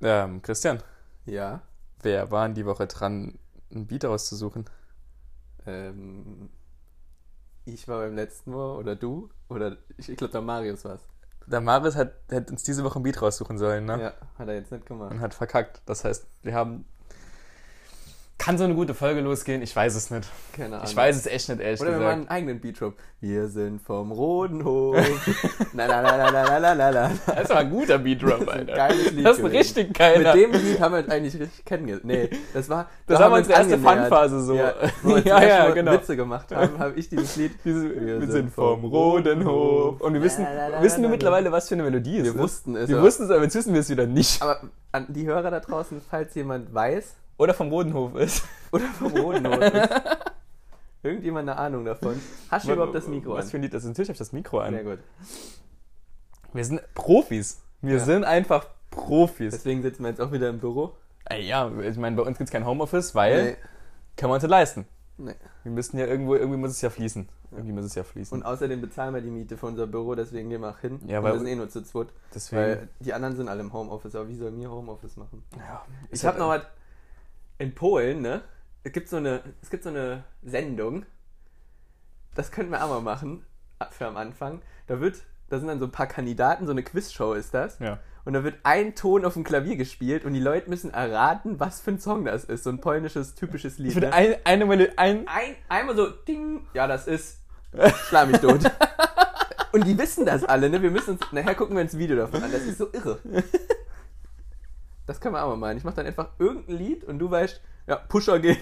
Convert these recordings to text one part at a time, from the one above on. Ähm, Christian, Ja. wer war in die Woche dran, ein Beat auszusuchen? Ähm, ich war beim letzten Mal oder du oder ich, ich glaube, da Marius war's. Der Maris hat, hätte uns diese Woche ein Beat raussuchen sollen, ne? Ja, hat er jetzt nicht gemacht. Und hat verkackt. Das heißt, wir haben. Kann so eine gute Folge losgehen? Ich weiß es nicht. Keine Ahnung. Ich weiß es echt nicht, ehrlich Ah, ne. Oder wir gesagt. machen einen eigenen Beatrop. Wir sind vom Rodenhof. na, na, na, na, na, na, na, na, na. Das war ein guter Beatdrum, Das ist ein Alter. geiles Lied das ist ein gewesen. richtig geiler. Mit dem Lied haben wir uns eigentlich richtig kennengelernt. Nee, das war. Das da haben wir uns erste angenähert. Fun-Phase so. Ja, wo wir zum Ja, ersten ja, Mal genau. Witze gemacht haben, habe ich dieses Lied. Diese, Wir wir, sind sind vom vom Roten Hof. Hof. Und wir wissen, La, la, la, la, wissen wir la, la. mittlerweile, was für eine Melodie es Wir ist. wussten es. wir aber- wussten es, aber jetzt wissen wir es wieder nicht. Aber an die Hörer da draußen, falls jemand weiß, Oder vom Roten Hof ist. Oder vom Rodenhof ist. Irgendjemand eine Ahnung davon. Hast du überhaupt das Mikro oh, Was an? für ein Lied das ist? Natürlich habe ich das Mikro an. Sehr gut. Wir sind Profis. Wir Ja. sind einfach Profis. Deswegen sitzen wir jetzt auch wieder im Büro. Ey, ja, ich meine, bei uns gibt es kein Homeoffice, weil Nee. können wir uns das leisten. Nee. Wir müssen ja irgendwo, irgendwie muss es ja fließen. Irgendwie muss es ja fließen. Und außerdem bezahlen wir die Miete für unser Büro, deswegen gehen wir auch hin. Ja, Und weil- wir sind eh nur zu zweit. Deswegen. Weil die anderen sind alle im Homeoffice, aber wie sollen wir Homeoffice machen? ja, Ich ist habe halt- noch was. In Polen, ne? Es gibt so eine, es gibt so eine Sendung. Das könnten wir auch mal machen. äh, Für am Anfang. Da wird, da sind dann so ein paar Kandidaten, so eine Quizshow ist das. Ja. Und da wird ein Ton auf dem Klavier gespielt und die Leute müssen erraten, was für ein Song das ist. So ein polnisches, typisches Lied. Es wird ne? ein, eine Melodie. Ein, ein, einmal so, ding, ja, das ist Schlag mich tot. und die wissen das alle, ne? Wir müssen uns, nachher gucken wir uns ein Video davon an. Das ist so irre. Das können wir auch mal machen. Ich mache dann einfach irgendein Lied und du weißt, ja, Pusher geht.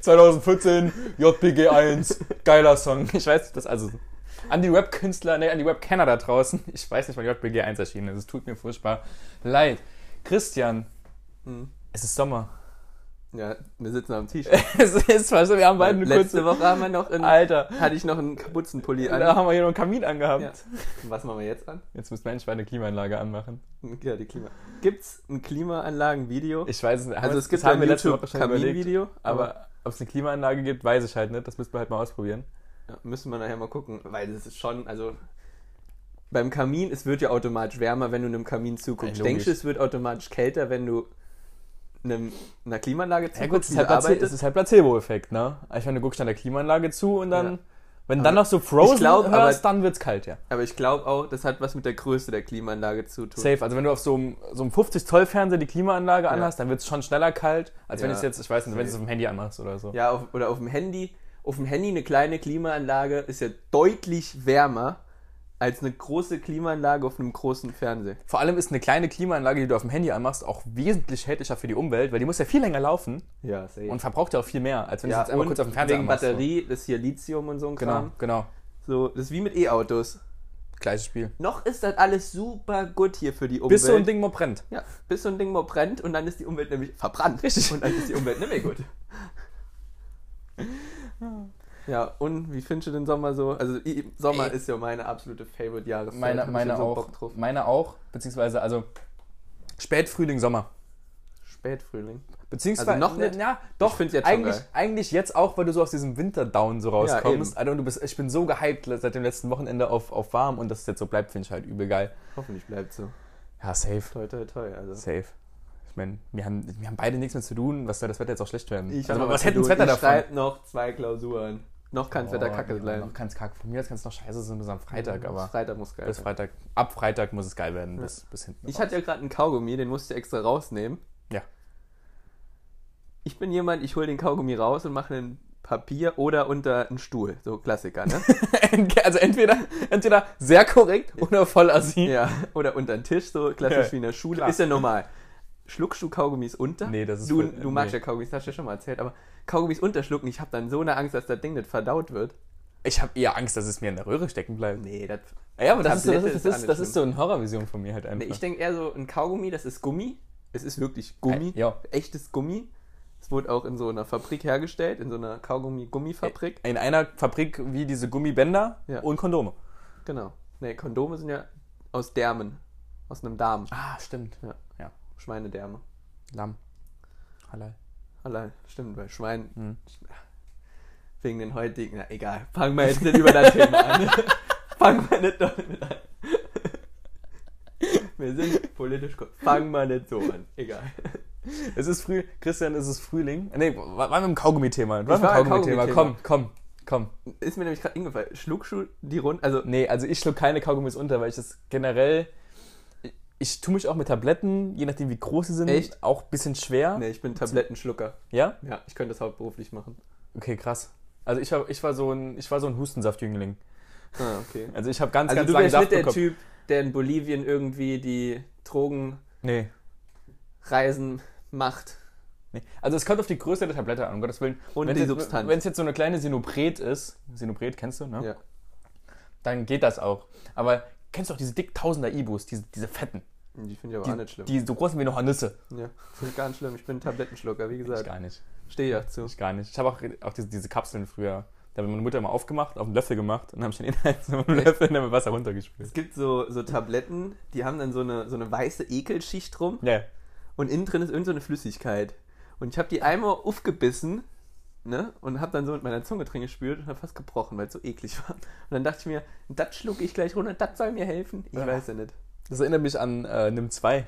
2014, JPG 1, geiler Song. Ich weiß das also. An die Webkünstler, ne, an die Webkenner da draußen. Ich weiß nicht, wann JPG 1 erschienen ist. Es tut mir furchtbar leid. Christian, Hm. es ist Sommer. Ja, wir sitzen am Tisch. es ist fast, wir haben beide eine Letzte kurze Woche haben wir noch in, Alter. hatte ich noch einen Kapuzenpulli Da an. haben wir hier noch einen Kamin angehabt. Ja. Und Was machen wir jetzt an? Jetzt müssen wir endlich mal eine Klimaanlage anmachen. Ja, die Klima. Gibt's ein Klimaanlagen-Video? Ich weiß es nicht. Also Das es gibt haben ein wir letzte Woche schon überlegt. YouTube-Kamin-Video, aber Aber ob es eine Klimaanlage gibt, weiß ich halt nicht. Das müssen wir halt mal ausprobieren. ja, müssen wir nachher mal gucken, weil das ist schon, also beim Kamin, es wird ja automatisch wärmer, wenn du einem Kamin zuguckst. Ja, logisch. Denkst du, es wird automatisch kälter, wenn du einem, einer Klimaanlage Ja gut, es zuguckst, ist die halt, Plaze arbeitet? es ist halt Placebo-Effekt, ne? Ich meine, du guckst an der Klimaanlage zu und dann, Ja. wenn dann noch so Frozen ich glaub, aber- hörst, dann wird's kalt, ja. Aber ich glaube auch, das hat was mit der Größe der Klimaanlage zu tun. Safe, also wenn du auf so einem, so einem 50-Zoll-Fernseher die Klimaanlage anhast, dann wird's schon schneller kalt, als wenn Ja. ich es jetzt, ich weiß nicht, wenn du es Safe. auf dem Handy anmachst oder so. Ja, auf, oder auf dem Handy. Auf dem Handy eine kleine Klimaanlage ist ja deutlich wärmer als eine große Klimaanlage auf einem großen Fernseher. Vor allem ist eine kleine Klimaanlage, die du auf dem Handy anmachst, auch wesentlich schädlicher für die Umwelt, weil die muss ja viel länger laufen Ja, safe. und verbraucht ja auch viel mehr, als wenn du ja, es jetzt einmal und kurz auf dem Fernseher wegen anmachst. so. Batterie, das hier Lithium und so ein Genau, Kram. genau. So, das ist wie mit E-Autos. Gleiches Spiel. Noch ist das alles super gut hier für die Umwelt. Bis so ein Ding mal brennt. Ja, bis so ein Ding mal brennt und dann ist die Umwelt nämlich verbrannt. Richtig. Und dann ist die Umwelt nicht mehr gut. Ja, und wie findest du den Sommer so? Also i- Sommer Ey. ist ja meine absolute Favorite Jahreszeit. Meine, Hab ich meine ja so auch. Bock drauf. Meine auch, beziehungsweise, also Spätfrühling, Sommer. Spätfrühling. Beziehungsweise, Also noch ne, nicht? ja, doch, find's jetzt schon eigentlich, geil. eigentlich jetzt auch, weil du so aus diesem Winterdown so rauskommst. eben. Alter, und du bist, ich bin so gehypt seit dem letzten Wochenende auf, auf warm und dass es jetzt so bleibt, finde ich halt übel geil. Hoffentlich bleibt so. Ja, safe, Toi, toi, toi. Also. safe. Ich meine, wir haben, wir haben beide nichts mehr zu tun, was soll das Wetter jetzt auch schlecht werden? Also, hab noch was zu hätte das tun. Wetter ich davon? Oh, schreib noch zwei Klausuren. Noch kann das Wetter kacke Noch bleiben. kann's kacke. Von mir kann es noch scheiße sein bis am Freitag, aber Freitag muss geil bis sein. Freitag, ab Freitag muss es geil werden, bis, bis hinten. Ich raus. hatte ja gerade einen Kaugummi, den musste ich extra rausnehmen. Ja. Ich bin jemand, ich hole den Kaugummi raus und mache ein Papier oder unter einen Stuhl. So Klassiker, ne? also entweder, entweder sehr korrekt oder voll assi. ja. Oder unter einen Tisch, so klassisch Ja, wie in der Schule. klar. Ist ja normal. Schluckst du Kaugummis unter? Nee, das ist Du, voll- du magst nee. ja Kaugummis, das hast du ja schon mal erzählt, aber Kaugummis unterschlucken, ich habe dann so eine Angst, dass das Ding nicht verdaut wird. Ich habe eher Angst, dass es mir in der Röhre stecken bleibt. Nee, das. Ja, aber das ist, so, das, Tablette ist, ist das, ist, das ist so eine Horrorvision von mir halt einfach. Nee, ich denke eher so, ein Kaugummi, das ist Gummi. Es ist wirklich Gummi. Äh, ja. Echtes Gummi. Es wurde auch in so einer Fabrik hergestellt, in so einer Kaugummi-Gummifabrik. In einer Fabrik wie diese Gummibänder Ja. und Kondome. Genau. Nee, Kondome sind ja aus Därmen. Aus einem Darm. Ah, stimmt. Ja. Ja. Schweinedärme. Lamm. Halal. Allein, stimmt, bei Schwein. Mhm. Wegen den heutigen. Na egal. Fangen wir jetzt nicht über das Thema an. Fangen wir nicht damit an. Wir sind politisch korrekt. Fang mal nicht so an. Egal. Es ist früh, Christian, es ist Frühling. Äh, Nee, wa- waren wir im Kaugummi-Thema? Wir waren Ich war im im Kaugummi-Thema. Kaugummi-Thema. Komm, komm, komm. Ist mir nämlich gerade eingefallen. Schluckschuh die Runde. Also, Nee, also ich schluck keine Kaugummis unter, weil ich das generell. ich- Ich tue mich auch mit Tabletten, je nachdem wie groß sie sind, Echt? auch ein bisschen schwer. nee, ich bin Tablettenschlucker. Ja? Ja, ich könnte das hauptberuflich machen. Okay, krass. Also ich war, ich war so ein, ich war so ein Hustensaftjüngling. Ah, okay. Also ich habe ganz, Also ganz du lange wärst Saft nicht der bekommen. Typ, der in Bolivien irgendwie die Drogenreisen Nee. macht. Nee. Also es kommt auf die Größe der Tablette an, um Gottes Willen. Und Wenn's die jetzt- Substanz. Wenn es jetzt so eine kleine Sinopret ist, Sinopret kennst du, ne? Ja. Dann geht das auch. Aber kennst du auch diese dick Tausender Ibus, diese, diese fetten, Die finde ich aber die, auch nicht schlimm. die so groß sind wie noch Nüsse? Ja, finde ich gar nicht schlimm. Ich bin ein Tablettenschlucker, wie Ich gesagt. gar nicht. Stehe ja zu. Ich gar nicht. Ich habe auch, auch diese, diese Kapseln früher, da hat meine Mutter mal aufgemacht, auf einen Löffel gemacht und dann habe ich den Inhalt so mit einem Löffel und dann mit Wasser runtergespült. Es gibt so, so Tabletten, die haben dann so eine, so eine weiße Ekelschicht drum Ja. und innen drin ist irgend so eine Flüssigkeit. Und ich habe die einmal aufgebissen ne, und habe dann so mit meiner Zunge drin gespürt und habe fast gebrochen, weil es so eklig war. Und dann dachte ich mir, das schlucke ich gleich runter, das soll mir helfen. Ich Ja. weiß ja nicht. Das erinnert mich an äh, Nimm 2.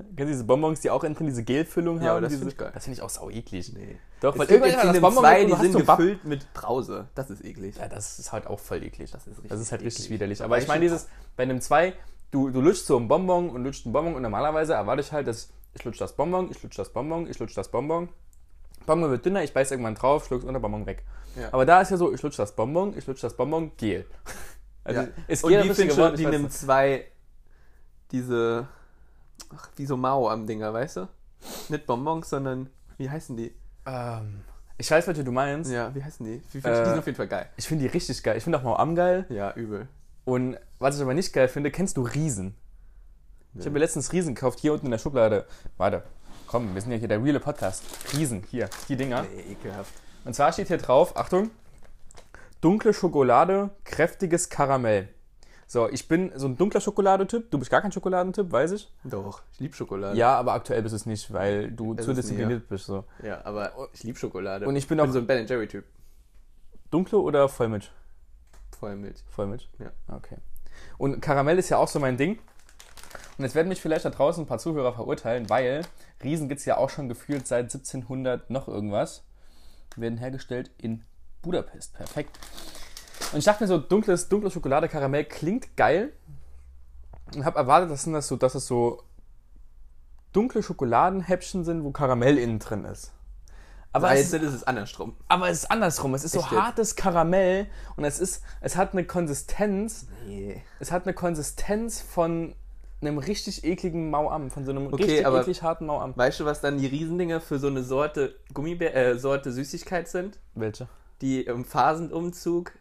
Kennst du diese Bonbons, die auch innen drin diese Gelfüllung Ja, haben? aber das diese, find ich geil. Das finde ich auch sau eklig. Nee. Doch, Es weil gibt irgendwann jetzt das die Nimm Bonbon zwei, und die du hast sind so Bab- gefüllt mit Brause. Das ist eklig. Ja, das ist halt auch voll eklig. Das ist richtig Das ist halt richtig eklig. widerlich. Wobei Aber ich meine, ich- dieses, bei einem 2, du, du lutschst so einen Bonbon und lutscht einen Bonbon und normalerweise erwarte ich halt, dass ich lutsch das Bonbon, ich lutsch das Bonbon, ich lutsch das Bonbon. Bonbon wird dünner, ich beiß irgendwann drauf, schluck's unter Bonbon weg. Ja. Aber da ist ja so, ich lutsch das Bonbon, ich lutsch das Bonbon, Gel. Also, Ja. ist Und Gel die ein bisschen finde geworden, schon, die ich weiß nimmt zwei diese, ach, wie so Mao am Dinger, weißt du? Nicht Bonbons, sondern, wie heißen die? Ähm, ich weiß, welche du meinst. Ja, wie heißen die? Wie find ich, Äh, die sind auf jeden Fall geil. Ich finde die richtig geil. Ich finde auch mal Am geil. Ja, übel. Und was ich aber nicht geil finde, kennst du Riesen? Ich habe mir letztens Riesen gekauft, hier unten in der Schublade. Warte, komm, wir sind ja hier der reale Podcast. Riesen, hier, die Dinger. Nee, ekelhaft. Und zwar steht hier drauf, Achtung, dunkle Schokolade, kräftiges Karamell. So, ich bin so ein dunkler Schokoladetyp. Du bist gar kein Schokoladentyp, weiß ich. Doch, ich liebe Schokolade. Ja, aber aktuell bist du es nicht, weil du Es zu ist diszipliniert bist. So. Ja, aber Oh, ich liebe Schokolade. Und ich bin bin auch so ein Ben Jerry-Typ. dunkle oder Vollmilch? Vollmilch. Vollmilch? Ja. Okay. Und Karamell ist ja auch so mein Ding. Und jetzt werden mich vielleicht da draußen ein paar Zuhörer verurteilen, weil Riesen gibt es ja auch schon gefühlt seit 1700 noch irgendwas. Werden hergestellt in Budapest. Perfekt. Und ich dachte mir so, dunkles, dunkle Schokolade, Karamell klingt geil. Und habe erwartet, dass das, so, dass das so dunkle Schokoladenhäppchen sind, wo Karamell innen drin ist. Aber Aber es jetzt ist es andersrum. aber es ist andersrum. Es ist so Echt jetzt? hartes Karamell und es ist, es hat eine Konsistenz, Nee. es hat eine Konsistenz von einem richtig ekligen Mauam, von so einem Okay, richtig aber- eklig harten Mauam. Weißt du, was dann die Riesendinger für so eine Sorte Gummibär, äh, Sorte Süßigkeit sind? Welche? Die im Phasenumzug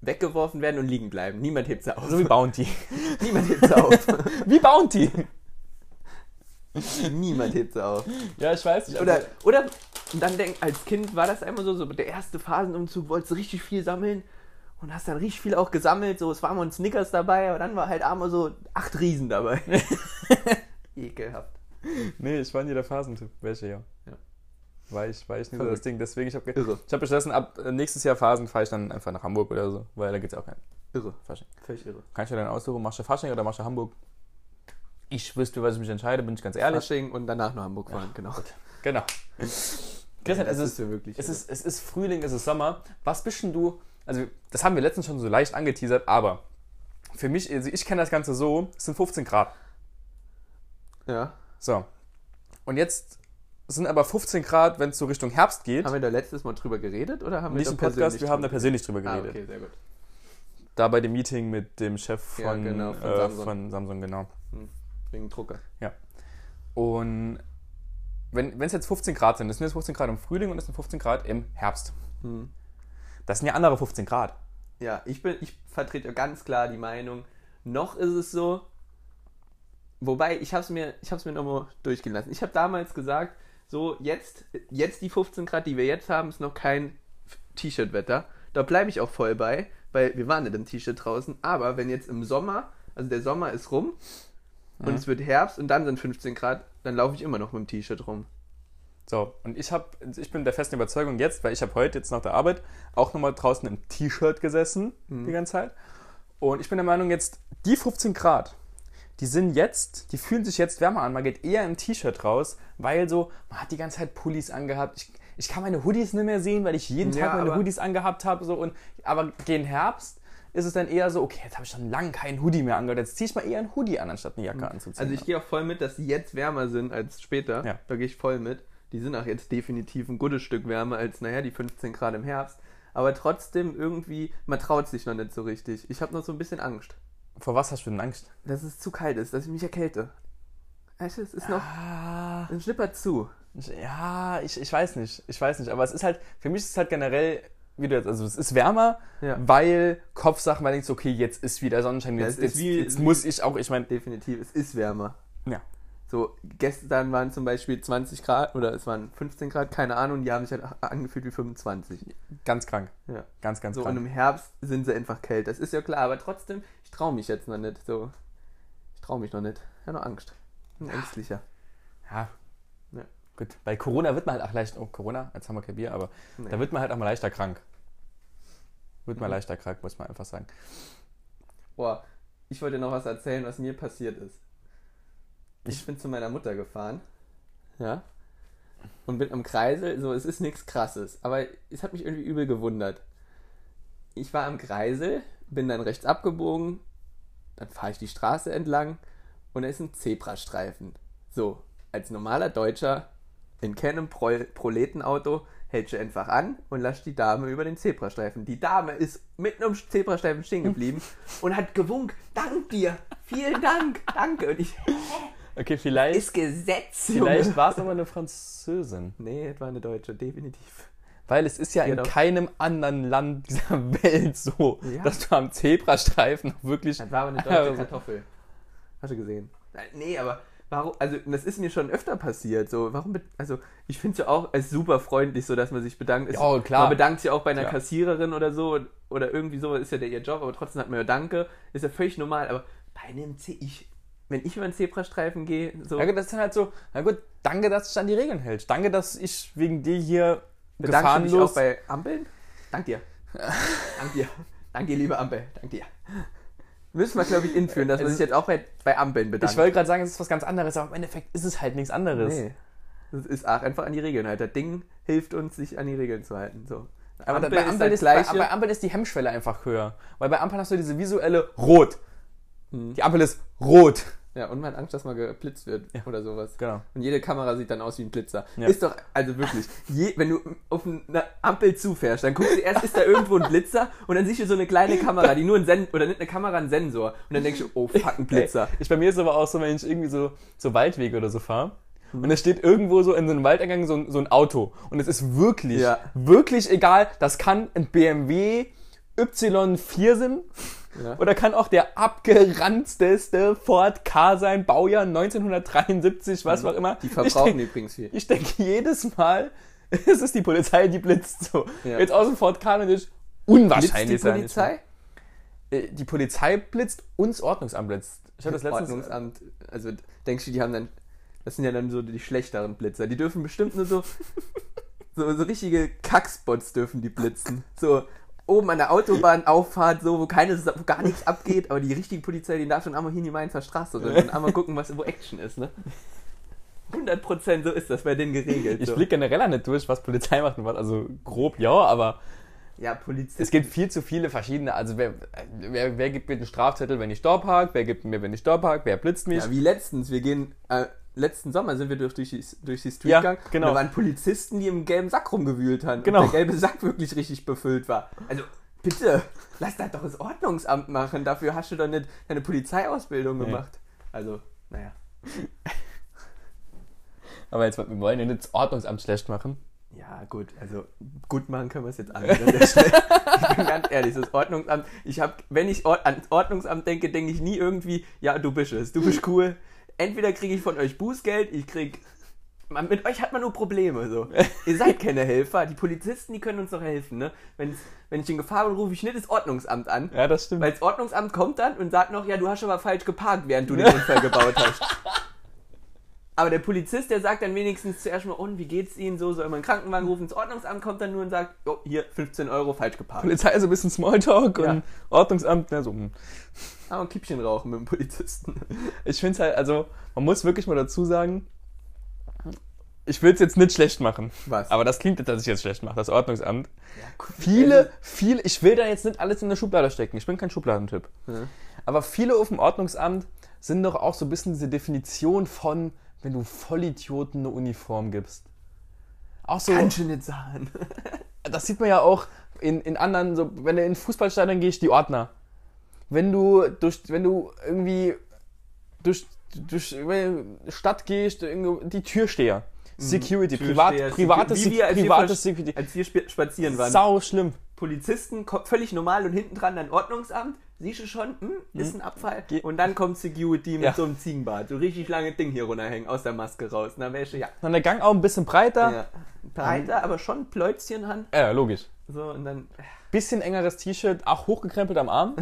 weggeworfen werden und liegen bleiben. Niemand hebt sie auf. So wie Bounty. Niemand hebt sie auf. wie Bounty! Niemand hebt sie auf. Ja, ich weiß nicht. Oder, oder dann denk, als Kind war das einmal so, so der erste Phasenumzug, wolltest du richtig viel sammeln und hast dann richtig viel auch gesammelt. So, es waren mal ein Snickers dabei, aber dann war halt einmal so acht Riesen dabei. Ekelhaft. nee, ich war nie der Phasentyp. Welche, ja. Ja. War ich, war ich nie so Verrückt. das Ding. Deswegen, ich habe Irre. ich hab beschlossen, ab äh, nächstes Jahr Phasen fahre ich dann einfach nach Hamburg oder so, weil da geht's auch kein Irre. Fasching. Völlig irre. Kannst du dir dann aussuchen, machst du Fasching oder machst du Hamburg? Ich wüsste, was ich mich entscheide, bin ich ganz ehrlich. Fasching und danach nach Hamburg fahren, genau. Genau. Christian, es, ist, ja wirklich. es, ist, es ist Frühling, es ist Sommer. Was bist denn du? Also, das haben wir letztens schon so leicht angeteasert, aber für mich, also ich kenne das Ganze so: es sind 15 Grad. ja. So. Und jetzt sind aber 15 Grad, wenn es so Richtung Herbst geht. Haben wir da letztes Mal drüber geredet oder haben Nicht wir im da Podcast, persönlich wir haben da drüber persönlich drüber geredet. Ah, okay, sehr gut. Da bei dem Meeting mit dem Chef von, Ja, genau, von äh, Samsung. von Samsung, genau. Wegen Drucker. Und wenn es jetzt 15 Grad sind, es sind jetzt 15 Grad im Frühling und es sind 15 Grad im Herbst. Hm. Das sind ja andere 15 Grad. Ja, ich, bin, ich vertrete ganz klar die Meinung, noch ist es so. Wobei, ich habe es mir, ich hab's mir nochmal durchgehen lassen. Ich habe damals gesagt, so jetzt, jetzt die 15 Grad, die wir jetzt haben, ist noch kein T-Shirt-Wetter. Da bleibe ich auch voll bei, weil wir waren nicht im T-Shirt draußen. Aber wenn jetzt im Sommer, also der Sommer ist rum und es wird Herbst und dann sind 15 Grad, dann laufe ich immer noch mit dem T-Shirt rum. So, und ich habe, ich bin der festen Überzeugung jetzt, weil ich habe heute jetzt nach der Arbeit auch nochmal draußen im Mhm. T-Shirt gesessen die ganze Zeit. Und ich bin der Meinung jetzt, die 15 Grad, die sind jetzt, die fühlen sich jetzt wärmer an. Man geht eher im T-Shirt raus, weil so, man hat die ganze Zeit Pullis angehabt. Ich, ich kann meine Hoodies nicht mehr sehen, weil ich jeden Ja, Tag meine aber- Hoodies angehabt habe. So, und, aber gegen Herbst ist es dann eher so, okay, jetzt habe ich schon lange keinen Hoodie mehr angehört. Jetzt ziehe ich mal eher einen Hoodie an, anstatt eine Jacke anzuziehen. Also ich gehe auch voll mit, dass die jetzt wärmer sind als später. Ja. Da gehe ich voll mit. Die sind auch jetzt definitiv ein gutes Stück wärmer als, naja, die 15 Grad im Herbst. Aber trotzdem irgendwie, man traut sich noch nicht so richtig. Ich habe noch so ein bisschen Angst, Vor was hast du denn Angst? dass es zu kalt ist, dass ich mich erkälte. Weißt du, es ist noch Ah. ein Schlipper zu. Ich- Ja, ich, ich weiß nicht. Ich weiß nicht. Aber es ist halt, für mich ist es halt generell, wie du jetzt, also es ist wärmer, Ja. weil Kopfsachen, weil denkst, okay, jetzt ist wieder Sonnenschein, Ja, jetzt, es ist jetzt, wie- jetzt muss ich auch, ich meine, Definitiv, es ist wärmer. ja. So, gestern waren zum Beispiel 20 Grad oder es waren 15 Grad, keine Ahnung, die haben sich halt angefühlt wie 25. Ganz krank. Ja. Ganz, ganz So, und krank. im Herbst sind sie einfach kalt. Das ist ja klar, aber trotzdem, ich traue mich jetzt noch nicht. So. Ich traue mich noch nicht. Ich habe noch Angst. Ich bin ängstlicher. ja. Ja. Gut. Bei Corona wird man halt auch leicht, oh, Corona, jetzt haben wir kein Bier, aber Nee. da wird man halt auch mal leichter krank. Wird mal Mhm. leichter krank, muss man einfach sagen. Boah, ich wollte dir noch was erzählen, was mir passiert ist. Ich Ich- bin zu meiner Mutter gefahren. Ja. Und bin am Kreisel, so, es ist nichts krasses, aber es hat mich irgendwie übel gewundert. Ich war am Kreisel, bin dann rechts abgebogen, dann fahre ich die Straße entlang und da ist ein Zebrastreifen. So, als normaler Deutscher in keinem Pro Proletenauto hältst du einfach an und lass die Dame über den Zebrastreifen. Die Dame ist mitten im Zebrastreifen stehen geblieben und hat gewunken, dank dir, vielen Dank, danke. Und ich, Okay, vielleicht, ist Gesetz, vielleicht Junge. war es aber eine Französin. Nee, das war eine Deutsche, definitiv. Weil es ist ja in Ja, doch. keinem anderen Land dieser Welt so, Genau. Ja. dass du am Zebrastreifen auch wirklich. Das war aber eine Also- deutsche Kartoffel. Hast du gesehen? Nein, Nee, aber warum, also das ist mir schon öfter passiert, so, warum, be- also ich finde es ja auch als super freundlich, so, dass man sich bedankt. Es- Ja, oh, klar. Man bedankt sich auch bei einer Klar. Kassiererin oder so, oder irgendwie so, ist ja der ihr Job, aber trotzdem hat man ja Danke, ist ja völlig normal, aber bei einem C, ich, wenn ich über einen Zebrastreifen gehe, so, Na gut, das ist dann halt so, na gut, danke, dass du dich an die Regeln hältst. Danke, dass ich wegen dir hier bedanke ich mich auch gefahrenlos. bei Ampeln. Dank dir. Dank dir. Dank dir, liebe Ampel. Dank dir. Müssen wir, glaube ich, inführen, dass man Es- sich jetzt auch bei, bei Ampeln bedankt. Ich wollte gerade sagen, es ist was ganz anderes, aber im Endeffekt ist es halt nichts anderes. Nee. Das ist auch einfach an die Regeln halt. Das Ding hilft uns, sich an die Regeln zu halten. So. Aber Ampel bei, ist Ampeln das ist, bei, Gleiche. bei Ampeln ist die Hemmschwelle einfach höher. Weil bei Ampeln hast du diese visuelle Rot. Hm. Die Ampel ist rot. Ja, und man hat Angst, dass man geblitzt wird oder sowas. Genau. Und jede Kamera sieht dann aus wie ein Blitzer. Ja. Ist doch, also wirklich, je, wenn du auf eine Ampel zufährst, dann guckst du erst, ist da irgendwo ein Blitzer und dann siehst du so eine kleine Kamera, die nur ein Sensor, oder nicht eine Kamera, ein Sensor. Und dann denkst du, oh fuck, ein Blitzer. Ey, Ich, bei mir ist es aber auch so, wenn ich irgendwie so, so Waldwege oder so fahre. Mhm. Und da steht irgendwo so in so einem Waldeingang so, ein- so ein Auto. Und es ist wirklich, Ja. wirklich egal. Das kann ein BMW Y4 sein. Ja. Oder kann auch der abgeranzteste Ford K sein, Baujahr 1973, was auch immer. Mhm. Die ich verbrauchen denk, übrigens viel. ich denke jedes Mal, es ist die Polizei, die blitzt so. Ja. Jetzt aus dem Ford K und ich, unwahrscheinlich. Blitzt die sein. Polizei? Äh, Die Polizei blitzt, uns Ordnungsamt blitzt. Ich hatte das letztens, Ordnungsamt. Also denkst du, die haben dann. Das sind ja dann so die schlechteren Blitzer. Die dürfen bestimmt nur so. so, so richtige Kackspots dürfen die blitzen. So oben an der Autobahnauffahrt, so, wo, keine, wo gar nichts abgeht. Aber die richtige Polizei, die darf schon einmal hier in die Mainzer Straße rennen und einmal gucken, was, wo Action ist, ne? 100% so ist das bei denen geregelt. Ich So. blick generell nicht durch, was Polizei macht und was. Also grob ja, aber Ja, Polizisten. es gibt viel zu viele verschiedene. Also wer, wer, wer gibt mir einen Strafzettel, wenn ich da park? Wer gibt mir, wenn ich da park? Wer blitzt mich? Ja, wie letztens. Wir gehen. Äh, letzten Sommer sind wir durch, durch, die, durch die Street Ja, gegangen. genau. Und da waren Polizisten, die im gelben Sack rumgewühlt haben. Genau. Und der gelbe Sack wirklich richtig befüllt war. Also, bitte, lass das doch das Ordnungsamt machen. Dafür hast du doch nicht deine Polizeiausbildung Nee. gemacht. Also, naja. aber jetzt, wir wollen ja nicht das Ordnungsamt schlecht machen. Ja, gut, also gut machen können wir es jetzt alle. an der Stelle. ich bin ganz ehrlich, das Ordnungsamt, ich habe, wenn ich Ord ans Ordnungsamt denke, denke ich nie irgendwie, ja, du bist es, du bist cool. Entweder kriege ich von euch Bußgeld, ich krieg man, mit euch hat man nur Probleme so. Ihr seid keine Helfer, die Polizisten, die können uns noch helfen, ne? Wenn's, wenn ich in Gefahr bin, rufe ich nicht das Ordnungsamt an. Ja, das stimmt. Weil das Ordnungsamt kommt dann und sagt noch, ja, du hast schon mal falsch geparkt, während du den Unfall gebaut hast. Aber der Polizist, der sagt dann wenigstens zuerst mal, und wie geht's Ihnen so? Soll man einen Krankenwagen rufen? Das Ordnungsamt kommt dann nur und sagt, jo, hier, 15 Euro, falsch geparkt. Polizei so ein bisschen Smalltalk Ja. und Ordnungsamt, na so. hm. Ah, und Kippchen rauchen mit dem Polizisten. Ich finde es halt, also, man muss wirklich mal dazu sagen, ich will es jetzt nicht schlecht machen. Was? Aber das klingt, jetzt, dass ich jetzt schlecht mache, das Ordnungsamt. Ja, gut, Also Viele, viele, ich will da jetzt nicht alles in der Schublade stecken. Ich bin kein Schubladentyp. also- Ja. Aber viele auf dem Ordnungsamt sind doch auch so ein bisschen diese Definition von, wenn du Vollidioten eine Uniform gibst. Auch so, Kann schon nicht sein. das sieht man ja auch in, in anderen, so, wenn du in Fußballstadion gehst, die Ordner. Wenn du durch, wenn du irgendwie durch, durch die Stadt gehst, irgendwo- die Türsteher. Security, privat, Mhm. Türsteher, privates, Security. Wie wir, als wir privates vers- Security. Als wir spa- spazieren waren. Sau schlimm. Polizisten, ko- völlig normal und hinten dran dann Ordnungsamt. Siehst du schon, hm, ist ein Abfall. Ge- Und dann kommt Security mit Ja. so einem Ziegenbart. So richtig lange Ding hier runterhängen, aus der Maske raus. Na, wäre ja. Dann der Gang auch ein bisschen breiter. ja. Breiter, aber schon Pläuzchen an. Ja, ja logisch. So, und dann. Bisschen engeres T-Shirt, auch hochgekrempelt am Arm.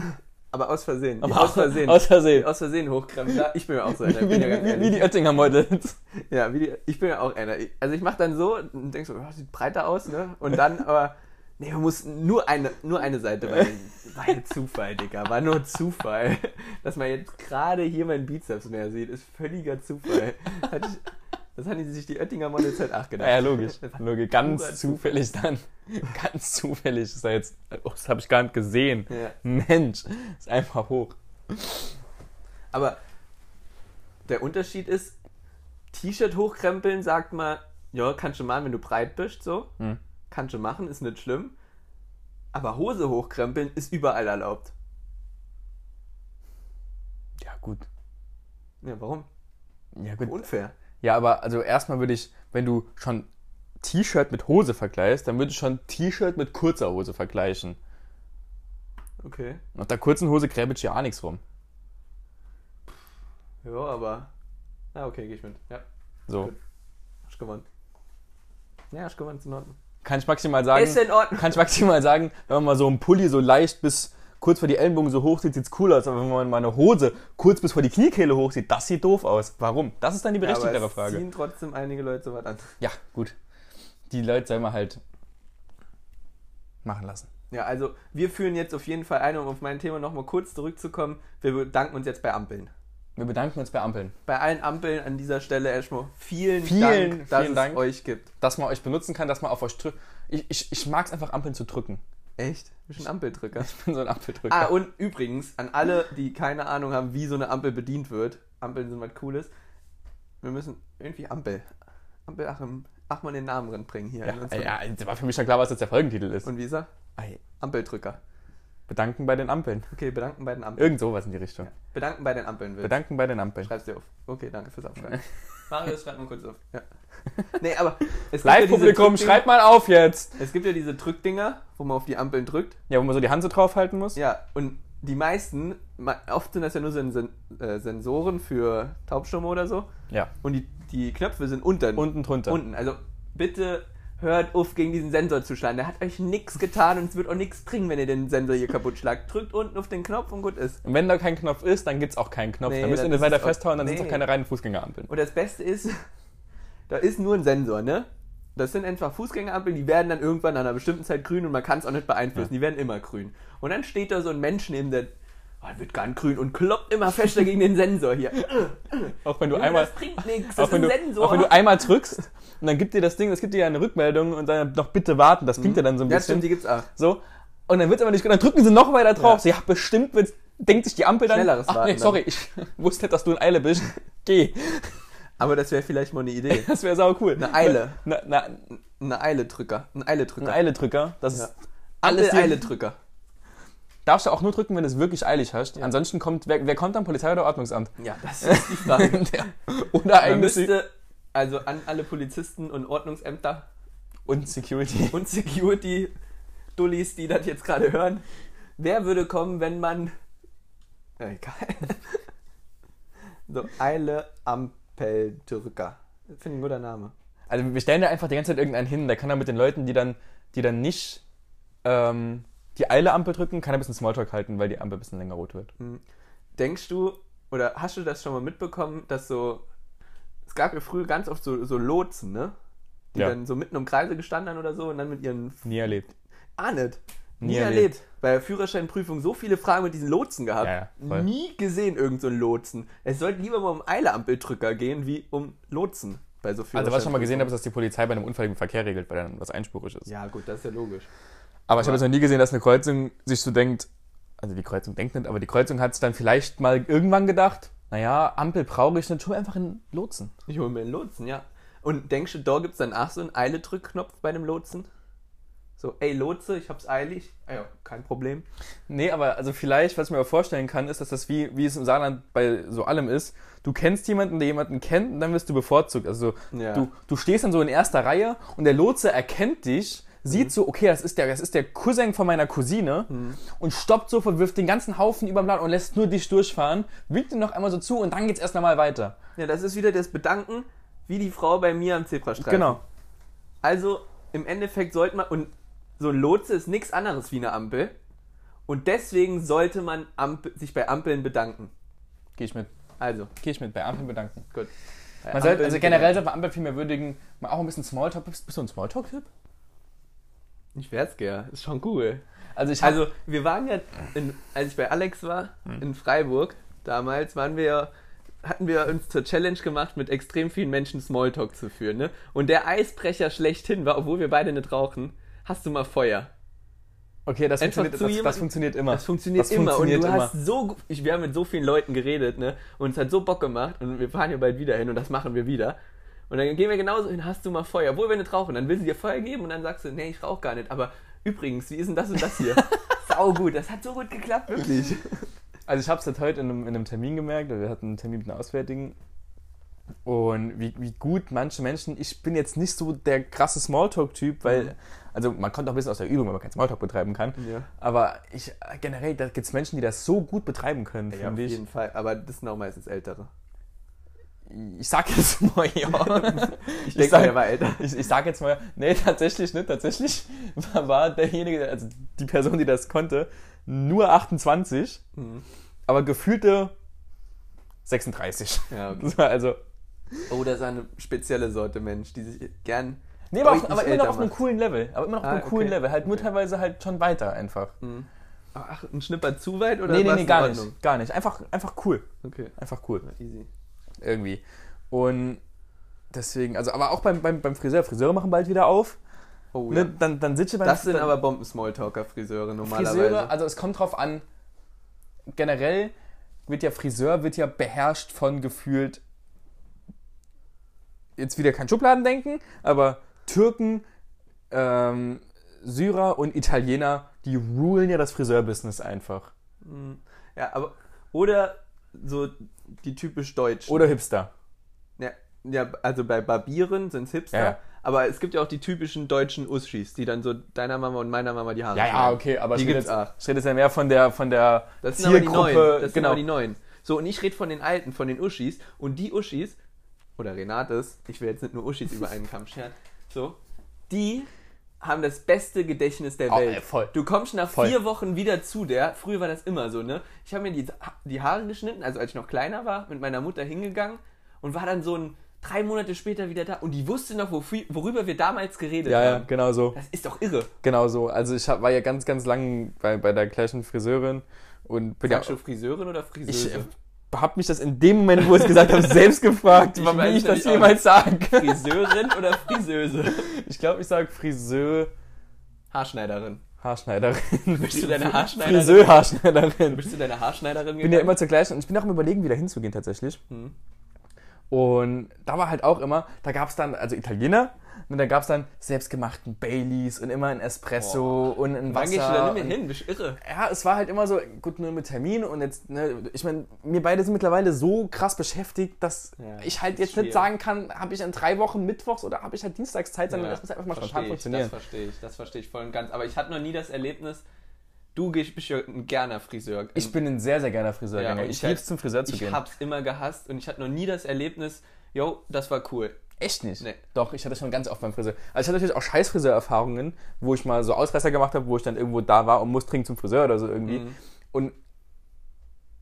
Aber aus Versehen. Aber aus Versehen. Aus Versehen. aus Versehen hochkrempeln. Ja, Ich bin ja auch so einer. Wie, Ich bin ja, wie, ganz wie, wie ehrlich. die Oettinger Models. ja wie die, ich bin ja auch einer. Ich- Also ich mache dann so und denk so, ja, sieht breiter aus, ne? Und dann aber, nee, man muss nur eine, nur eine Seite rein. War ja Zufall, Digga. War nur Zufall. Dass man jetzt gerade hier meinen Bizeps mehr sieht, ist völliger Zufall. Hat ich, das hatten sich die Oettinger Models halt auch Ja, ja, gedacht. logisch. logisch. Ganz Purer zufällig dann. Ganz zufällig ist er jetzt. Oh, das habe ich gar nicht gesehen. Ja. Mensch, ist einfach hoch. Aber der Unterschied ist, T-Shirt hochkrempeln sagt man, ja, kannst du machen, wenn du breit bist, so. Hm. Kannst du machen, ist nicht schlimm. Aber Hose hochkrempeln ist überall erlaubt. Ja, gut. Ja, warum? Ja, gut. Unfair. Ja, aber also erstmal würde ich, wenn du schon T-Shirt mit Hose vergleichst, dann würde ich schon T-Shirt mit kurzer Hose vergleichen. Okay. Nach der kurzen Hose gräbelt ja auch nichts rum. Ja, aber. Ah, okay, geh ich mit. Ja, So. Gut. hast gewonnen. Ja, hast gewonnen, ist in Ordnung. Kann ich maximal sagen. Ist in Ordnung. kann ich maximal sagen, wenn man mal so einen Pulli so leicht bis kurz vor die Ellenbogen so hoch sieht, sieht's cool aus. Aber wenn man mal eine Hose kurz bis vor die Kniekehle hoch sieht, das sieht doof aus. Warum? Das ist dann die aber berechtigtere es Frage. ziehen trotzdem einige Leute was an. Ja, gut. Die Leute soll man halt machen lassen. Ja, also wir führen jetzt auf jeden Fall ein, um auf mein Thema nochmal kurz zurückzukommen. Wir bedanken uns jetzt bei Ampeln. Wir bedanken uns bei Ampeln, bei allen Ampeln an dieser Stelle erstmal vielen, Vielen, Dank, dass vielen es Dank. euch gibt. dass man euch benutzen kann, dass man auf euch drückt. Ich, ich, ich mag es einfach, Ampeln zu drücken. Echt? Du bist ein Ampeldrücker. Ich bin so ein Ampeldrücker. Ah, und übrigens, an alle, die keine Ahnung haben, wie so eine Ampel bedient wird. Ampeln sind was Cooles. Wir müssen irgendwie Ampel. Ampel Achim, Achmann den Namen reinbringen hier. in ja, unseren- ja, das war für mich schon klar, was jetzt der Folgentitel ist. Und wie ist er? Ey, Ampeldrücker. bedanken bei den Ampeln. Okay, bedanken bei den Ampeln. Irgend sowas in die Richtung. Bedanken bei den Ampeln. Will. Bedanken bei den Ampeln. Schreib's dir auf. Okay, danke fürs Abschreiben. Marius, schreib mal kurz auf. Ja. Nee, aber es gibt ja diese Live-Publikum, Drückdinger- schreibt mal auf jetzt! Es gibt ja diese Drückdinger, wo man auf die Ampeln drückt. Ja, wo man so die Hand so draufhalten muss. Ja, und die meisten, ma- oft sind das ja nur Sen Sen äh, Sensoren für Taubstumme oder so. Ja. Und die, die Knöpfe sind unten. Unten drunter. Unten. Also bitte hört auf, gegen diesen Sensor zu schlagen. Der hat euch nichts getan und es wird auch nichts bringen, wenn ihr den Sensor hier kaputt schlagt. Drückt unten auf den Knopf und gut ist. Und wenn da kein Knopf ist, dann gibt's auch keinen Knopf. Nee, dann müsst ihr dann das weiter ist es auch- festhauen, dann sind's nee. auch keine reinen Fußgängerampeln. Und das Beste ist, da ist nur ein Sensor, ne? Das sind einfach Fußgängerampeln, die werden dann irgendwann an einer bestimmten Zeit grün und man kann es auch nicht beeinflussen. Die werden immer grün. Und dann steht da so ein Mensch neben der. Oh, wird gar nicht grün und kloppt immer fester gegen den Sensor hier. Auch wenn du einmal, das bringt nichts, auch das ist wenn ein du, Sensor. auch wenn du einmal drückst und dann gibt dir das Ding, das gibt dir ja eine Rückmeldung und dann noch bitte warten. Das klingt ja dann so ein Mhm. ja, stimmt, bisschen die gibt's auch. so. Und dann wird's aber nicht gut. Dann drücken sie noch weiter drauf. Ja, so, ja bestimmt wird's, denkt sich die Ampel dann. Schnelleres Ach, Warten nee, dann. sorry, ich wusste nicht, dass du in Eile bist. Geh. Aber das wäre vielleicht mal eine Idee. Das wäre sau cool. Eine Eile. Na, na, ein Ein Eile-Drücker. Ein Eile-Drücker. Eile-Drücker. Das Ja. ist Alles alles Eile-Drücker. Darfst du auch nur drücken, wenn du es wirklich eilig hast. Ansonsten kommt, wer, wer kommt dann? Polizei oder Ordnungsamt? Ja, das ist die Frage. Oder Man eigentlich müsste, also an alle Polizisten und Ordnungsämter und Security. und Security-Dullis, die das jetzt gerade hören, wer würde kommen, wenn man. Ja, egal. So, Eile-Ampeldrücker. Finde ich ein guter Name. Also wir stellen da einfach die ganze Zeit irgendeinen hin, der kann dann mit den Leuten, die dann, die dann nicht ähm, die Eile-Ampel drücken, kann er ein bisschen Smalltalk halten, weil die Ampel ein bisschen Hm. länger rot wird. Denkst du oder hast du das schon mal mitbekommen, dass so Es gab ja früher ganz oft so, so Lotsen, ne? Die Ja. Also dann so mitten im Kreise gestanden haben oder so und dann mit ihren. Nie erlebt. Ah, nicht. Nie, Nie erlebt. Bei der Führerscheinprüfung so viele Fragen mit diesen Lotsen gehabt. Ja, ja, voll. Nie gesehen irgend so ein Lotsen. Es sollte lieber mal um Eileampeldrücker gehen, wie um Lotsen bei so Also was ich schon mal gesehen habe, Führerscheinprüfungen. ist, dass die Polizei bei einem Unfall im Verkehr regelt, weil dann was einspurig ist. Ja, gut, das ist ja logisch. Aber ich habe jetzt noch nie gesehen, dass eine Kreuzung sich so denkt, also die Kreuzung denkt nicht, aber die Kreuzung hat es dann vielleicht mal irgendwann gedacht, naja, Ampel brauche ich nicht, tu einfach in Lotsen. Ich hole mir einen Lotsen, ja. Und denkst du, da gibt es danach so einen Eile-Drückknopf bei dem Lotsen? So, ey Lotse, ich hab's eilig. Ah ja, kein Problem. Nee, aber also vielleicht, was ich mir aber vorstellen kann, ist, dass das wie, wie es im Saarland bei so allem ist, du kennst jemanden, der jemanden kennt und dann wirst du bevorzugt. Also Ja. du, du stehst dann so in erster Reihe und der Lotse erkennt dich, Mhm. sieht so, okay, das ist der, das ist der Cousin von meiner Cousine und stoppt sofort, wirft den ganzen Haufen über den Plan und lässt nur dich durchfahren, winkt dir noch einmal so zu und dann geht's erst nochmal weiter. Ja, das ist wieder das Bedanken, wie die Frau bei mir am Zebrastreifen. Genau. Also, im Endeffekt sollte man, und so ein Lotse ist nichts anderes wie eine Ampel. Und deswegen sollte man Ampel, sich bei Ampeln bedanken. Geh ich mit. Also, Gehe ich mit, bei Ampeln bedanken. gut. Bei Man sollte, Ampeln also generell bedanken. sollte man Ampel viel mehr würdigen, mal auch ein bisschen Smalltalk. Bist, bist du ein Smalltalk-Typ? Ich wär's gern. Ist schon cool. Also ich hab- Also, wir waren ja, in, als ich bei Alex war, Hm. in Freiburg, damals waren wir, ja- hatten wir uns zur Challenge gemacht, mit extrem vielen Menschen Smalltalk zu führen. Ne? Und der Eisbrecher schlechthin war, obwohl wir beide nicht rauchen, hast du mal Feuer. okay, das einfach funktioniert, das, zu das jemandem- funktioniert immer. Das funktioniert Das immer. funktioniert und du immer. hast so, gu- ich, wir haben mit so vielen Leuten geredet, ne? Und es hat so Bock gemacht. Und wir fahren ja bald wieder hin und das machen wir wieder. Und dann gehen wir genauso hin, hast du mal Feuer. Obwohl wir nicht rauchen, dann will sie dir Feuer geben und dann sagst du, nee, ich rauche gar nicht. Aber übrigens, wie ist denn das und das hier? Sau gut, das hat so gut geklappt, wirklich. Also ich habe es halt heute in einem, in einem Termin gemerkt, wir hatten einen Termin mit einer Auswärtigen. Und wie, wie gut manche Menschen, ich bin jetzt nicht so der krasse Smalltalk-Typ, weil, Mhm. also man kommt auch ein bisschen aus der Übung, weil man kein Smalltalk betreiben kann. Ja. Aber ich, generell, da gibt es Menschen, die das so gut betreiben können, Ja, auf finde ich. jeden Fall. Aber das sind auch meistens Ältere. Ich sag jetzt mal, ja. Ich denk mal, denke, mal, der der war älter. Ich, ich sage jetzt mal, nee, tatsächlich nicht. Tatsächlich war, war derjenige, also die Person, die das konnte, nur 28, aber gefühlte 36. Ja, okay. Das war Also, Oh, das ist eine spezielle Sorte Mensch, die sich gern. nee, aber, auf, deutlich aber immer noch älter auf einem macht. coolen Level. Aber immer noch auf Ah, einem coolen okay. Level. Halt nur Okay. teilweise halt schon weiter einfach. Ach, ein Schnipper zu weit oder Nee, nee, war's nee, in gar Ordnung? nicht. Gar nicht. Einfach, einfach cool. Okay, Einfach cool. easy. Irgendwie. Und deswegen, also, aber auch beim, beim, beim Friseur. Friseure machen bald wieder auf. Oh, ja. Ne? Dann, dann sitze beim Das sind dann- aber Bomben-Smalltalker-Friseure normalerweise. Friseure, also es kommt drauf an, generell wird ja Friseur, wird ja beherrscht von gefühlt, jetzt wieder kein Schubladendenken, aber Türken, ähm, Syrer und Italiener, die rulen ja das Friseurbusiness einfach. ja, aber. Oder so die typisch Deutschen. Oder Hipster. ja, ja, also bei Barbieren sind es Hipster. Ja, ja. Aber es gibt ja auch die typischen deutschen Uschis, die dann so deiner Mama und meiner Mama die Haare Ja, ja, schneiden. Ah, okay, aber Die ich rede gibt's jetzt, auch. ich rede jetzt ja mehr von der, von der Das sind aber die Zielgruppe. neuen. Das sind genau. aber die neuen. So, und ich rede von den alten, von den Uschis. Und die Uschis, oder Renates, ich will jetzt nicht nur Uschis über einen Kamm scheren, so, die haben das beste Gedächtnis der Oh, Welt. ey, voll. Du kommst nach Voll. vier Wochen wieder zu der. Früher war das immer so, ne? Ich habe mir die, die Haare geschnitten, also als ich noch kleiner war, mit meiner Mutter hingegangen und war dann so ein drei Monate später wieder da und die wusste noch, wofür, worüber wir damals geredet ja, ja, haben. genau so. Das ist doch irre. Genau so. Also ich hab, war ja ganz, ganz lang bei, bei der gleichen Friseurin und bin ja Sagst du Friseurin oder Ich äh, Friseuse? habe mich das in dem Moment, wo ich es gesagt habe, selbst gefragt, Ich wann weiß wie ich das nämlich auch jemals sage. Friseurin oder Friseuse? Ich glaube, ich sage Friseur, Haarschneiderin. Haarschneiderin. Bist du deine Haarschneiderin? Friseur, Haarschneiderin. Bist du deine Haarschneiderin Ich bin ja immer zur gleichen und ich bin auch am überlegen, wieder hinzugehen tatsächlich. Hm. Und da war halt auch immer, da gab es dann, also Italiener, und dann gab es dann selbstgemachten Baileys und immer ein Espresso und ein Wasser. Wann gehst du da nicht und- mehr hin? Bist irre. ja, es war halt immer so, gut, nur mit Termin und jetzt, ne, ich meine, wir beide sind mittlerweile so krass beschäftigt, dass Ja, ich halt ist jetzt nicht schwierig. sagen kann, habe ich in drei Wochen Mittwochs oder habe ich halt Dienstags Zeit, sondern das muss einfach mal spontan verstehe ich, das funktionieren. verstehe ich, das verstehe ich voll und ganz. Aber ich hatte noch nie das Erlebnis, du gehst- bist ja ein gerner Friseur. Ich bin ein sehr, sehr gerne Friseurgänger. Ja, und ich ich halt- lieb's zum Friseur zu ich gehen. hab's immer gehasst und ich hatte noch nie das Erlebnis, yo, das war cool. Echt nicht? Nee. Doch, ich hatte schon ganz oft beim Friseur. Also ich hatte natürlich auch scheiß Friseurerfahrungen, wo ich mal so Ausreißer gemacht habe, wo ich dann irgendwo da war und muss dringend zum Friseur oder so irgendwie. Mhm. Und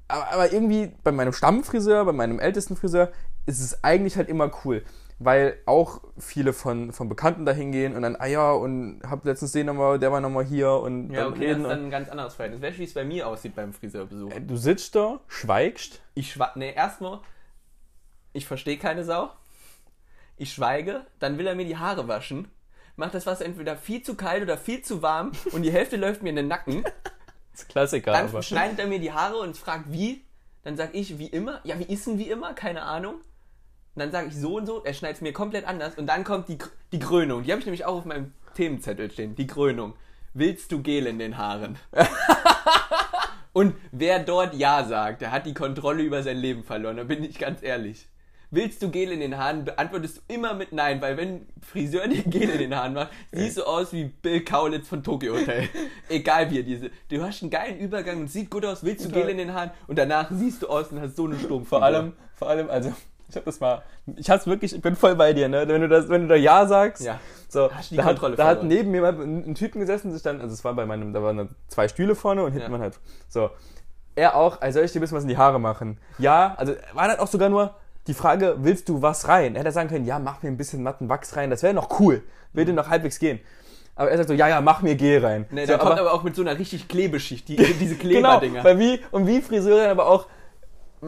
aber, aber irgendwie bei meinem Stammfriseur, bei meinem ältesten Friseur, ist es eigentlich halt immer cool, weil auch viele von, von Bekannten da hingehen und dann, ah ja, und hab letztens den nochmal, der war nochmal hier und Ja, dann okay, das ist und, dann ein ganz anderes Verhältnis. Weißt du, wie es bei mir aussieht beim Friseurbesuch? Äh, du sitzt da, schweigst, Ich schwa nee, erstmal, ich verstehe keine Sau. Ich schweige, dann will er mir die Haare waschen. Macht das Wasser entweder viel zu kalt oder viel zu warm und die Hälfte läuft mir in den Nacken. das ist Klassiker, Dann aber. schneidet er mir die Haare und fragt, wie? Dann sag ich, wie immer? Ja, wie ist denn wie immer? Keine Ahnung. Und dann sage ich so und so, er schneidet es mir komplett anders und dann kommt die, Gr- die Krönung. Die habe ich nämlich auch auf meinem Themenzettel stehen. Die Krönung. Willst du Gel in den Haaren? und wer dort Ja sagt, der hat die Kontrolle über sein Leben verloren, da bin ich ganz ehrlich. Willst du Gel in den Haaren? Beantwortest du immer mit Nein, weil wenn ein Friseur dir Gel in den Haaren macht, siehst du aus wie Bill Kaulitz von Tokyo Hotel. Egal wie er diese. Du hast einen geilen Übergang und sieht gut aus, willst du Gel in den Haaren und danach siehst du aus und hast so eine Stumpf. Vor allem, vor allem, also, ich hab das mal, ich hab's wirklich, ich bin voll bei dir, ne? Wenn du das, wenn du da Ja sagst, Ja. so, Hast du die da, hat, Kontrolle da hat verloren. neben mir mal ein, ein Typen gesessen, sich dann, also es war bei meinem, da waren dann zwei Stühle vorne und hinten Ja. waren halt, so. Er auch, also soll ich dir ein bisschen was in die Haare machen? Ja, also war dann auch sogar nur die Frage, willst du was rein? Er hätte sagen können, ja, mach mir ein bisschen matten Wachs rein, das wäre noch cool, würde noch halbwegs gehen. Aber er sagt so, ja, ja, mach mir Gel rein. Mhm. Nee, so, der kommt aber auch mit so einer richtig Klebeschicht, die, diese genau, Kleberdinger. weil wie, und wie Friseurin aber auch,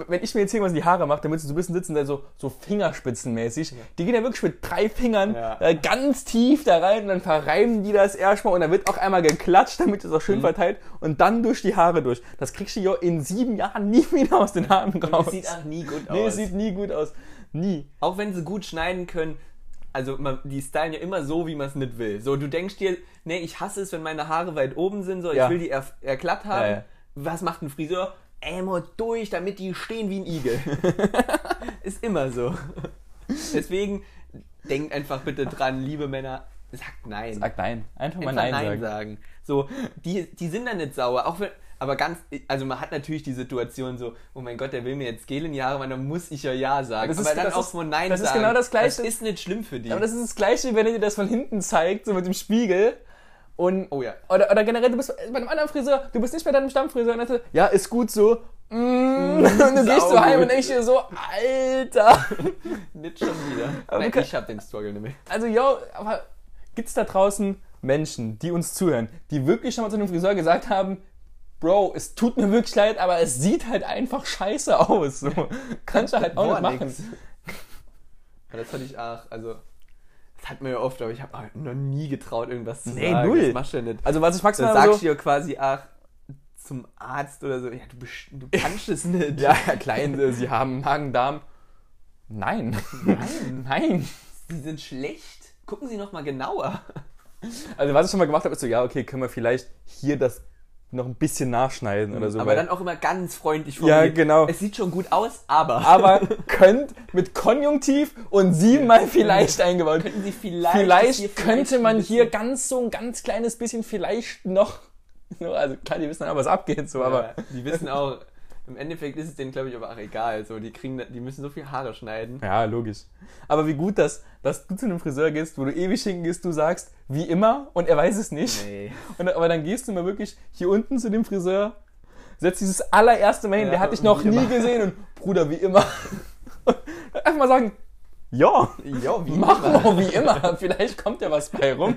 wenn ich mir jetzt irgendwas in die Haare mache, damit sie so ein bisschen sitzen, dann so, so fingerspitzenmäßig, die gehen ja wirklich mit drei Fingern Ja. äh, ganz tief da rein und dann verreiben die das erstmal und dann wird auch einmal geklatscht, damit es auch schön verteilt und dann durch die Haare durch. Das kriegst du ja in sieben Jahren nie wieder aus den Haaren raus. das sieht auch nie gut aus. nee, es sieht nie gut aus. Nie. auch wenn sie gut schneiden können, also man, die stylen ja immer so, wie man es nicht will. So, du denkst dir, nee, ich hasse es, wenn meine Haare weit oben sind, so, Ja. ich will die eher, eher glatt haben. Ja, ja. Was macht ein Friseur? Ämmer durch, damit die stehen wie ein Igel. Ist immer so. Deswegen denkt einfach bitte dran, liebe Männer, sagt nein. Sag nein. Einfach mal Einfach nein, Nein, sagen. sagen. So, die, die sind dann nicht sauer, auch wenn, aber ganz, also man hat natürlich die Situation so, oh mein Gott, der will mir jetzt gehen in die Jahre, machen, dann muss ich ja Ja sagen. Das ist- aber dann das auch ist- mal Nein das ist sagen. genau das Gleiche. Das ist nicht schlimm für die. Aber das ist das Gleiche, wenn er dir das von hinten zeigt, so mit dem Spiegel. Und, Oh ja. oder, oder generell, du bist bei einem anderen Friseur, du bist nicht bei deinem Stammfriseur und er sagt, ja, ist gut so. Mm, und du gehst so saugut. heim und denkst dir so, Alter. nicht schon wieder. Aber Nein, wir ich hab den Struggle nicht mehr. Also, yo, aber gibt's da draußen Menschen, die uns zuhören, die wirklich schon mal zu einem Friseur gesagt haben, Bro, es tut mir wirklich leid, aber es sieht halt einfach scheiße aus. So. Kannst du halt auch nicht Boah, machen. nix. Aber das hatte ich auch, also, das hat man ja oft, aber ich habe noch nie getraut, irgendwas zu Nee, sagen. null. Das machst du ja nicht. Also, was ich Dann maximal sagst so, du ja quasi, ach, zum Arzt oder so, ja, du, best- du kannst es nicht. Ja, Herr Klein, äh, Sie haben Magen-Darm. Nein. Nein. Nein. Die sind schlecht. Gucken Sie noch mal genauer. Also was ich schon mal gemacht habe, ist so, ja, okay, können wir vielleicht hier das noch ein bisschen nachschneiden oder so. Mhm, aber weil- dann auch immer ganz freundlich Ja, formuliert. genau. Es sieht schon gut aus, aber. aber könnt mit Konjunktiv und siebenmal vielleicht eingebaut. könnten Sie vielleicht. Vielleicht hier vielleicht könnte man ein hier bisschen- ganz so ein ganz kleines bisschen vielleicht noch. so, Also klar, die wissen dann, auch, was abgeht, so, aber. Ja, die wissen auch. Im Endeffekt ist es denen, glaube ich, aber auch egal. So, die, kriegen, da- die müssen so viel Haare schneiden. Ja, logisch. Aber wie gut, dass, dass du zu einem Friseur gehst, wo du ewig hingehst, du sagst, wie immer, und er weiß es nicht. Nee. Und, aber dann gehst du mal wirklich hier unten zu dem Friseur, setzt dieses allererste Mal hin, Ja, der hat dich noch wie nie immer. gesehen und Bruder, wie immer. Und einfach mal sagen, ja, Ja, wie mach immer. mal wie immer, vielleicht kommt ja was bei rum.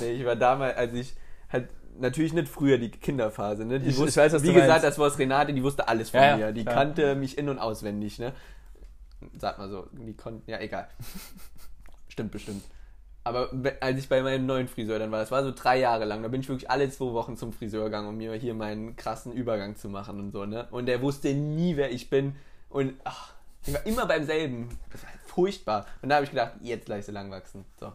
Nee, ich war damals, als ich halt natürlich nicht früher die Kinderphase, ne? Die Ich- ich wusste, weiß, was wie du gesagt, meinst. das war es Renate, die wusste alles von Ja, ja, mir. Die klar. kannte mich in und auswendig, ne? Sag mal so, die konnten ja egal. Stimmt bestimmt. Aber we- als ich bei meinem neuen Friseur dann war, das war so drei Jahre lang, da bin ich wirklich alle zwei Wochen zum Friseur gegangen, um mir hier meinen krassen Übergang zu machen und so, ne? Und der wusste nie, wer ich bin. Und ach, ich war immer beim selben. Das war furchtbar. Und da habe ich gedacht, jetzt gleich so lang wachsen. So.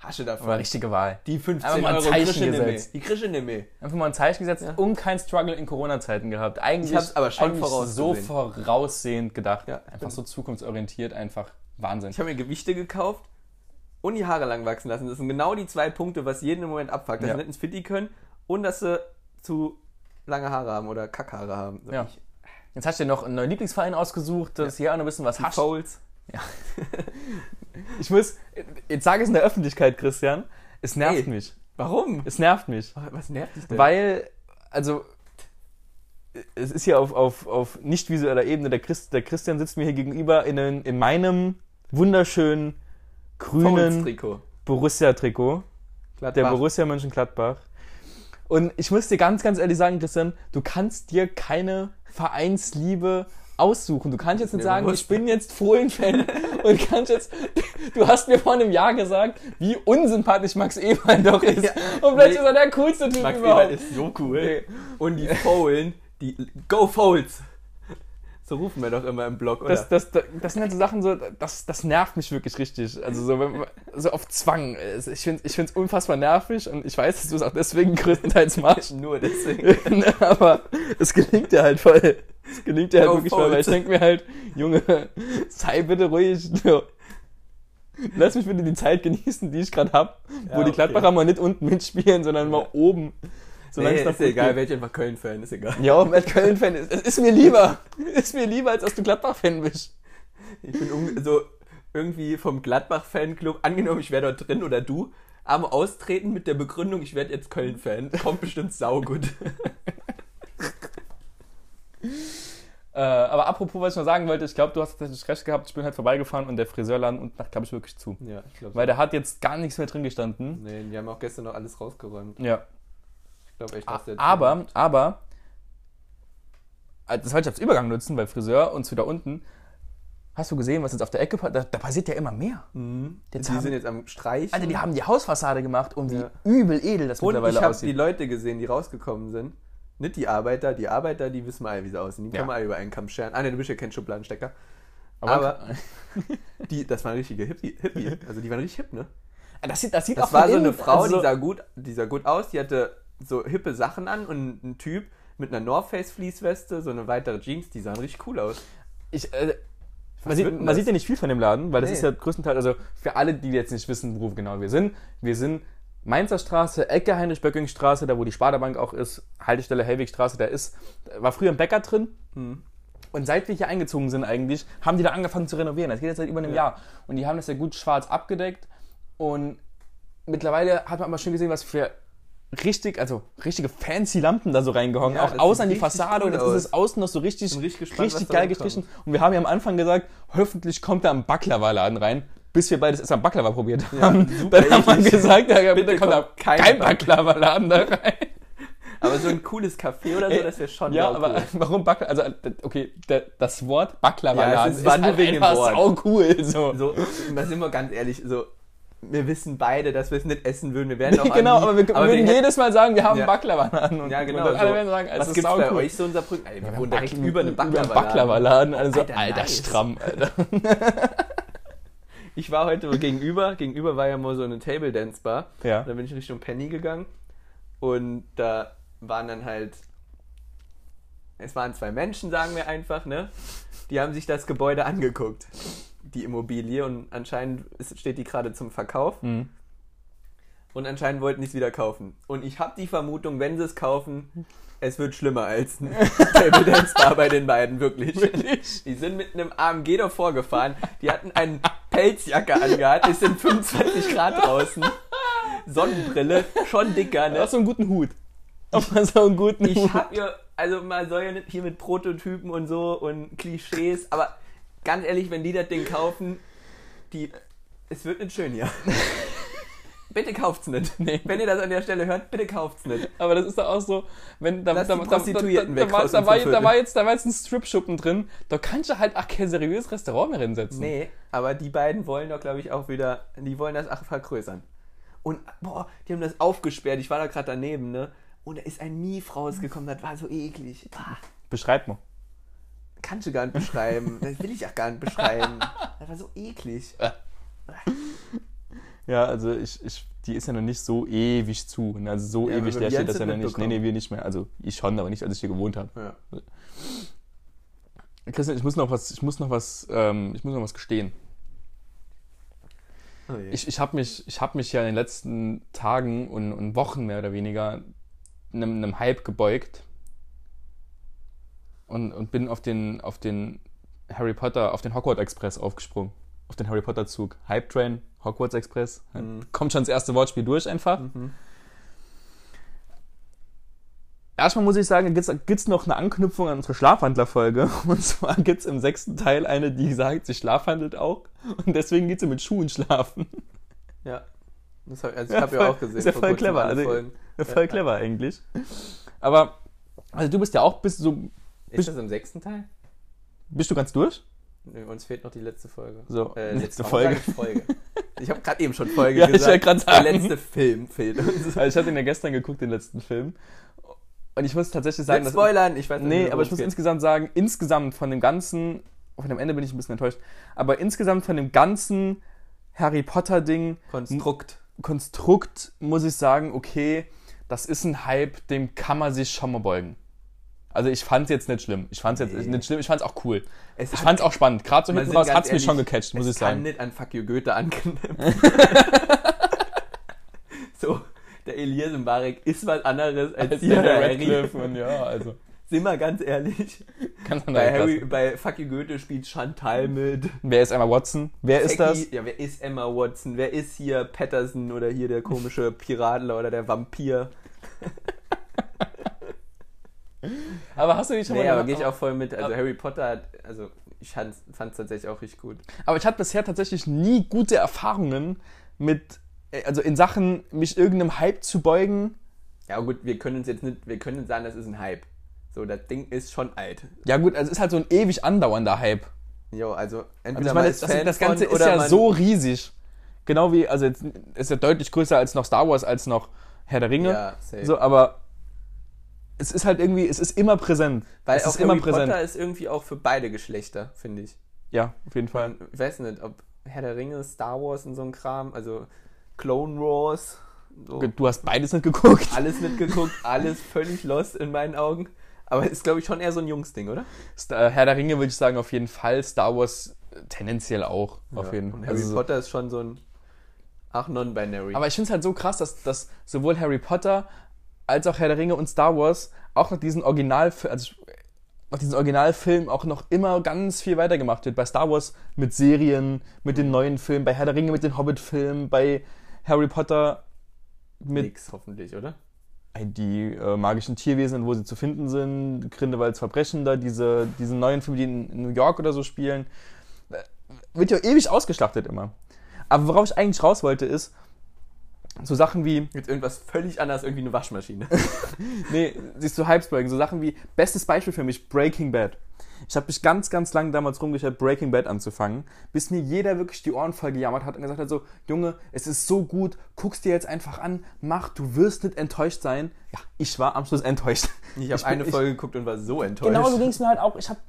Hasche davon. richtige Wahl. Die 15 Einfach mal ein Euro Zeichen Krische gesetzt. Nimmel. Die Krische Nimmel. Einfach mal ein Zeichen gesetzt und kein Struggle in Corona-Zeiten gehabt. Eigentlich, Ich hab's aber schon eigentlich so vorausgesehen. voraussehend gedacht. Ja, ich einfach bin- so zukunftsorientiert, einfach Wahnsinn. Ich habe mir Gewichte gekauft und die Haare lang wachsen lassen. Das sind genau die zwei Punkte, was jeden im Moment abfuckt. Dass Ja. sie nicht ins Fitti können und dass sie zu lange Haare haben oder Kackhaare haben. So, Ja. ich- Jetzt hast du dir noch einen neuen Lieblingsverein ausgesucht, dass hier auch noch ein bisschen was hast. Fouls. Ich muss, jetzt sage ich es in der Öffentlichkeit, Christian. Es nervt Ey. mich. Warum? Es nervt mich. Was nervt dich denn? Weil, also, es ist hier auf, auf, auf nicht visueller Ebene, der, Christ, der Christian sitzt mir hier gegenüber in, den, in meinem wunderschönen grünen Trikot. Borussia-Trikot. Der Borussia Mönchengladbach. Und ich muss dir ganz, ganz ehrlich sagen, Christian, du kannst dir keine Vereinsliebe aussuchen. Du kannst jetzt nicht mir sagen, bewusst. ich bin jetzt Fohlen-Fan und kannst jetzt, du hast mir vor einem Jahr gesagt, wie unsympathisch Max Eberl doch ist. Ja. Und plötzlich Nee. ist er der coolste Typ Max überhaupt. Eberl ist so cool. Und die Fohlen, die Go Fohls. So rufen wir doch immer im Blog, oder? das, das, das, das sind halt so Sachen, so, das, das nervt mich wirklich richtig. Also so, wenn, so auf Zwang. Also Ich finde es ich find's unfassbar nervig und ich weiß, dass du es auch deswegen größtenteils machst. Nur deswegen. Ne, Aber es gelingt dir halt voll. Es gelingt dir halt Go wirklich voll, weil ich Bolz. denke mir halt, Junge, sei bitte ruhig. So. Lass mich bitte die Zeit genießen, die ich gerade hab, Ja, wo die okay. Gladbacher mal nicht unten mitspielen, sondern mal oben. Solange nee, es noch ist gut egal, geht. welcher einfach Köln-Fan, ist egal. Ja, wenn Köln-Fan ist, es ist mir lieber. Es ist mir lieber, als dass du Gladbach-Fan bist. Ich bin un- so irgendwie vom Gladbach-Fanclub, angenommen, ich wäre dort drin oder du, am Austreten mit der Begründung, ich werde jetzt Köln-Fan. Kommt bestimmt saugut. Äh, aber apropos, was ich noch sagen wollte, ich glaube, du hast tatsächlich recht gehabt. Ich bin halt vorbeigefahren und der Friseurladen unten hat, glaube ich, wirklich zu. Ja, ich glaube Weil der hat jetzt gar nichts mehr drin gestanden. Nee, die haben auch gestern noch alles rausgeräumt. Ja. Ich glaube echt, dass der Ah, Aber, aber, äh, das wollte ich als Übergang nutzen, weil Friseur und zu da unten. Hast du gesehen, was jetzt auf der Ecke passiert? Da, da passiert ja immer mehr. Mhm. Die Jetzt haben- sind jetzt am Streich. Alter, die haben die Hausfassade gemacht und wie Ja. übel edel das Und ich mittlerweile habe die aussieht. Leute gesehen, die rausgekommen sind. Nicht die Arbeiter, die Arbeiter, die wissen mal, wie sie aussehen. Die Ja. kann man alle über einen Kamm scheren. Ah, ne, du bist ja kein Schubladenstecker. Aber- Aber, die, das waren richtige Hippie, Hippie. Also die waren richtig hip, ne? Das sieht, das sieht auch Das von war so innen- eine Frau, also, die, sah gut, die sah gut aus. Die hatte so hippe Sachen an und ein Typ mit einer North Face Fließweste, so eine weitere Jeans, die sahen richtig cool aus. Ich, äh, man, sieht, wird denn man das? sieht ja nicht viel von dem Laden, weil das Nee. ist ja größtenteils, also für alle, die jetzt nicht wissen, wo genau wir sind, wir sind Mainzer Straße, Ecke Heinrich-Böcking-Straße, da wo die Sparda-Bank auch ist, Haltestelle Hellwegstraße, da ist, war früher ein Bäcker drin. Mhm. Und seit wir hier eingezogen sind eigentlich, haben die da angefangen zu renovieren. Das geht jetzt seit über einem Jahr. Und die haben das ja gut schwarz abgedeckt. Und mittlerweile hat man aber schon gesehen, was für richtig, also richtige fancy Lampen da so reingehangen. Ja, auch das außen sieht an die richtig Fassade cool und jetzt aus. ist es außen noch so richtig, Bin richtig gespannt, richtig was da geil rumkommt. gestrichen. Und wir haben ja am Anfang gesagt, hoffentlich kommt da ein Baklava-Laden rein, bis wir beides erst am Baklava probiert haben. super Dann haben wir eklig. gesagt, ja, bitte, Bitte kommt da kommt kein kein Baklava-Laden da rein. Aber so ein cooles Café oder so, das wäre schon Ja, sau aber cool. warum Baklava? Also, äh, okay, der, das Wort Ja, Baklava-Laden es ist- ist, war nur halt wegen dem einfach sau Wort. cool. So. So, da sind wir ganz ehrlich, so, wir wissen beide, dass wir es nicht essen würden. Wir werden auch genau, nie- aber wir würden hätten- jedes Mal sagen, wir haben Ja. Baklava-Laden. Und, Ja, genau. Und alle so. werden sagen, es Was ist gibt's sau bei cool. euch so in Saarbrücken? Ey, wir wohnen direkt Backen- über eine über einen Baklava. Baklava-Laden. Also, alter, Alter, nice. stramm. Alter. Ich war heute gegenüber, gegenüber war ja mal so eine Table Dance Bar. Ja. Und Da bin ich Richtung Penny gegangen und da waren dann halt es waren zwei Menschen, sagen wir einfach, ne? Die haben sich das Gebäude angeguckt, die Immobilie und anscheinend ist, steht die gerade zum Verkauf. Mhm. Und anscheinend wollten die es wieder kaufen. Und ich habe die Vermutung, wenn sie es kaufen, es wird schlimmer als ein Table Dance Bar bei den beiden, wirklich. Die sind mit einem AMG davor gefahren, die hatten eine Pelzjacke angehabt, es sind 25 Grad draußen, Sonnenbrille, schon dicker, Du ne? hast so einen guten Hut. Aber so einen guten Hut. Ich hab ja, also man soll ja nicht hier mit Prototypen und so und Klischees, aber ganz ehrlich, wenn die das Ding kaufen, die, es wird nicht schön hier. bitte kauft's nicht. Nee. Wenn ihr das an der Stelle hört, bitte kauft's nicht. Aber das ist doch auch so, wenn da, Lass da, die da, da, Prostituierten da, weg war- aus da, unserem war, da Viertel. war jetzt da war jetzt ein Strip-Schuppen drin, da kannst du halt auch kein seriöses Restaurant mehr hinsetzen. Nee, aber die beiden wollen doch, glaube ich, auch wieder, die wollen das auch vergrößern. Und, boah, die haben das aufgesperrt, ich war da gerade daneben, ne? Und da ist ein Mief rausgekommen, das war so eklig. Ah. Beschreib mal. Kannst du gar nicht beschreiben. Das will ich auch gar nicht beschreiben. Das war so eklig. Ja, also ich, ich, die ist ja noch nicht so ewig zu. ne? Also so Ja, ewig der aber wir steht haben's das ja nicht noch nicht. Nee, nee, mitbekommen. wir nicht mehr. Also ich schon, aber nicht, als ich hier gewohnt habe. Ja. Christian, ich muss noch was, ich muss noch was, ähm, ich muss noch was gestehen. Oh je. Ich, ich habe mich, ich hab mich ja in den letzten Tagen und, und Wochen mehr oder weniger einem, einem Hype gebeugt und, und bin auf den, auf den Harry Potter, auf den Hogwarts Express aufgesprungen. Auf den Harry Potter Zug. Hype Train, Hogwarts Express. Mhm. Hm. Mhm. Kommt schon das erste Wortspiel durch einfach. Erstmal muss ich sagen, gibt's gibt's noch eine Anknüpfung an unsere Schlafhandler-Folge. Und zwar gibt's im sechsten Teil eine, die sagt, sie schlafhandelt auch. Und deswegen geht sie mit Schuhen schlafen. Ja. Das hab, also ich habe voll- ja auch gesehen. Ist ja vor voll kurzem clever. alle Also, Folgen. ja, voll clever eigentlich. Aber, also du bist ja auch, bist, so, Ist das im sechsten Teil? bist du ganz durch? Nee, uns fehlt noch die letzte Folge. So, letzte warum Folge. sag Ich, Folge. ich habe gerade eben schon Folge Ja, ich wollte gesagt. grad Der sagen. letzte Film fehlt uns. Also ich hatte ihn ja gestern geguckt, den letzten Film. Und ich muss tatsächlich sagen, Nicht spoilern, ich weiß nicht. Nee, worum aber es ich muss geht. insgesamt sagen, insgesamt von dem ganzen, von dem Ende bin ich ein bisschen enttäuscht, aber insgesamt von dem ganzen Harry Potter-Ding, Konstrukt. Konstrukt, muss ich sagen, okay, das ist ein Hype, dem kann man sich schon mal beugen. Also ich fand's jetzt nicht schlimm. Ich fand's Nee. jetzt nicht schlimm, ich fand's auch cool. Es Ich hat- fand's auch spannend. Gerade so mal hinten sind raus ganz hat's mich ehrlich, schon gecatcht, muss es ich sagen. kann nicht an Fuck You Goethe anknüpfen. so, der Elias Mbarek ist was anderes als, Als hier der der Harry. Radcliffe und ja, also Sind wir ganz ehrlich. ganz andere Bei, Harry, Klasse. bei Fuck You Goethe spielt Chantal mit. Wer ist Emma Watson? Wer ist das? Becky- Ja, wer ist Emma Watson? Wer ist hier Patterson oder hier der komische Piratler oder der Vampir? Aber hast du dich schon Nee, mal aber gehe ich auch voll mit. Also Harry Potter hat, also ich fand es tatsächlich auch richtig gut. Aber ich hatte bisher tatsächlich nie gute Erfahrungen mit, äh, also in Sachen, mich irgendeinem Hype zu beugen. Ja aber gut, wir können uns jetzt nicht, wir können sagen, das ist ein Hype. So, das Ding ist schon alt. Ja gut, also es ist halt so ein ewig andauernder Hype. Jo, also entweder Also ich man meine, das, ist das, Fan das Ganze von, ist oder ja man, so riesig. Genau wie, also jetzt ist ja deutlich größer als noch Star Wars, als noch Herr der Ringe. Ja, safe. ne? so, aber es ist halt irgendwie, es ist immer präsent. weil es auch ist immer Harry präsent. Potter ist irgendwie auch für beide Geschlechter, finde ich. Ja, auf jeden Fall. Ich weiß nicht, ob Herr der Ringe, Star Wars und so ein Kram, also Clone Wars, so Du hast beides nicht geguckt. alles mitgeguckt, alles völlig lost in meinen Augen. Aber ist, glaube ich, schon eher so ein Jungsding, oder? Star, äh, Herr der Ringe würde ich sagen, auf jeden Fall. Star Wars äh, tendenziell auch. Auf jeden Und Fall. Harry Also so- Potter ist schon so ein, ach, non-binary. Aber ich finde es halt so krass, dass, dass sowohl Harry Potter als auch Herr der Ringe und Star Wars auch nach diesen Original, also nach diesen Originalfilmen auch noch immer ganz viel weitergemacht wird. Bei Star Wars mit Serien, mit den neuen Filmen, bei Herr der Ringe mit den Hobbit-Filmen, bei Harry Potter mit Nix, hoffentlich, oder? die äh, magischen Tierwesen und wo sie zu finden sind, Grindelwalds Verbrechen da, diese, diesen neuen Film, die in in New York oder so spielen, äh, wird ja ewig ausgeschlachtet immer. Aber worauf ich eigentlich raus wollte ist, so Sachen wie, Jetzt irgendwas völlig anderes, irgendwie eine Waschmaschine. nee, sich zu Hypes beugen, so Sachen wie, bestes Beispiel für mich, Breaking Bad. Ich habe mich ganz, ganz lang damals rumgeschert, Breaking Bad anzufangen, bis mir jeder wirklich die Ohren voll gejammert hat und gesagt hat so, Junge, es ist so gut, guck's dir jetzt einfach an, mach, du wirst nicht enttäuscht sein. Ja, ich war am Schluss enttäuscht. Ich habe bin- eine Folge geguckt und war so enttäuscht. Genauso ging es mir halt auch. Ich habe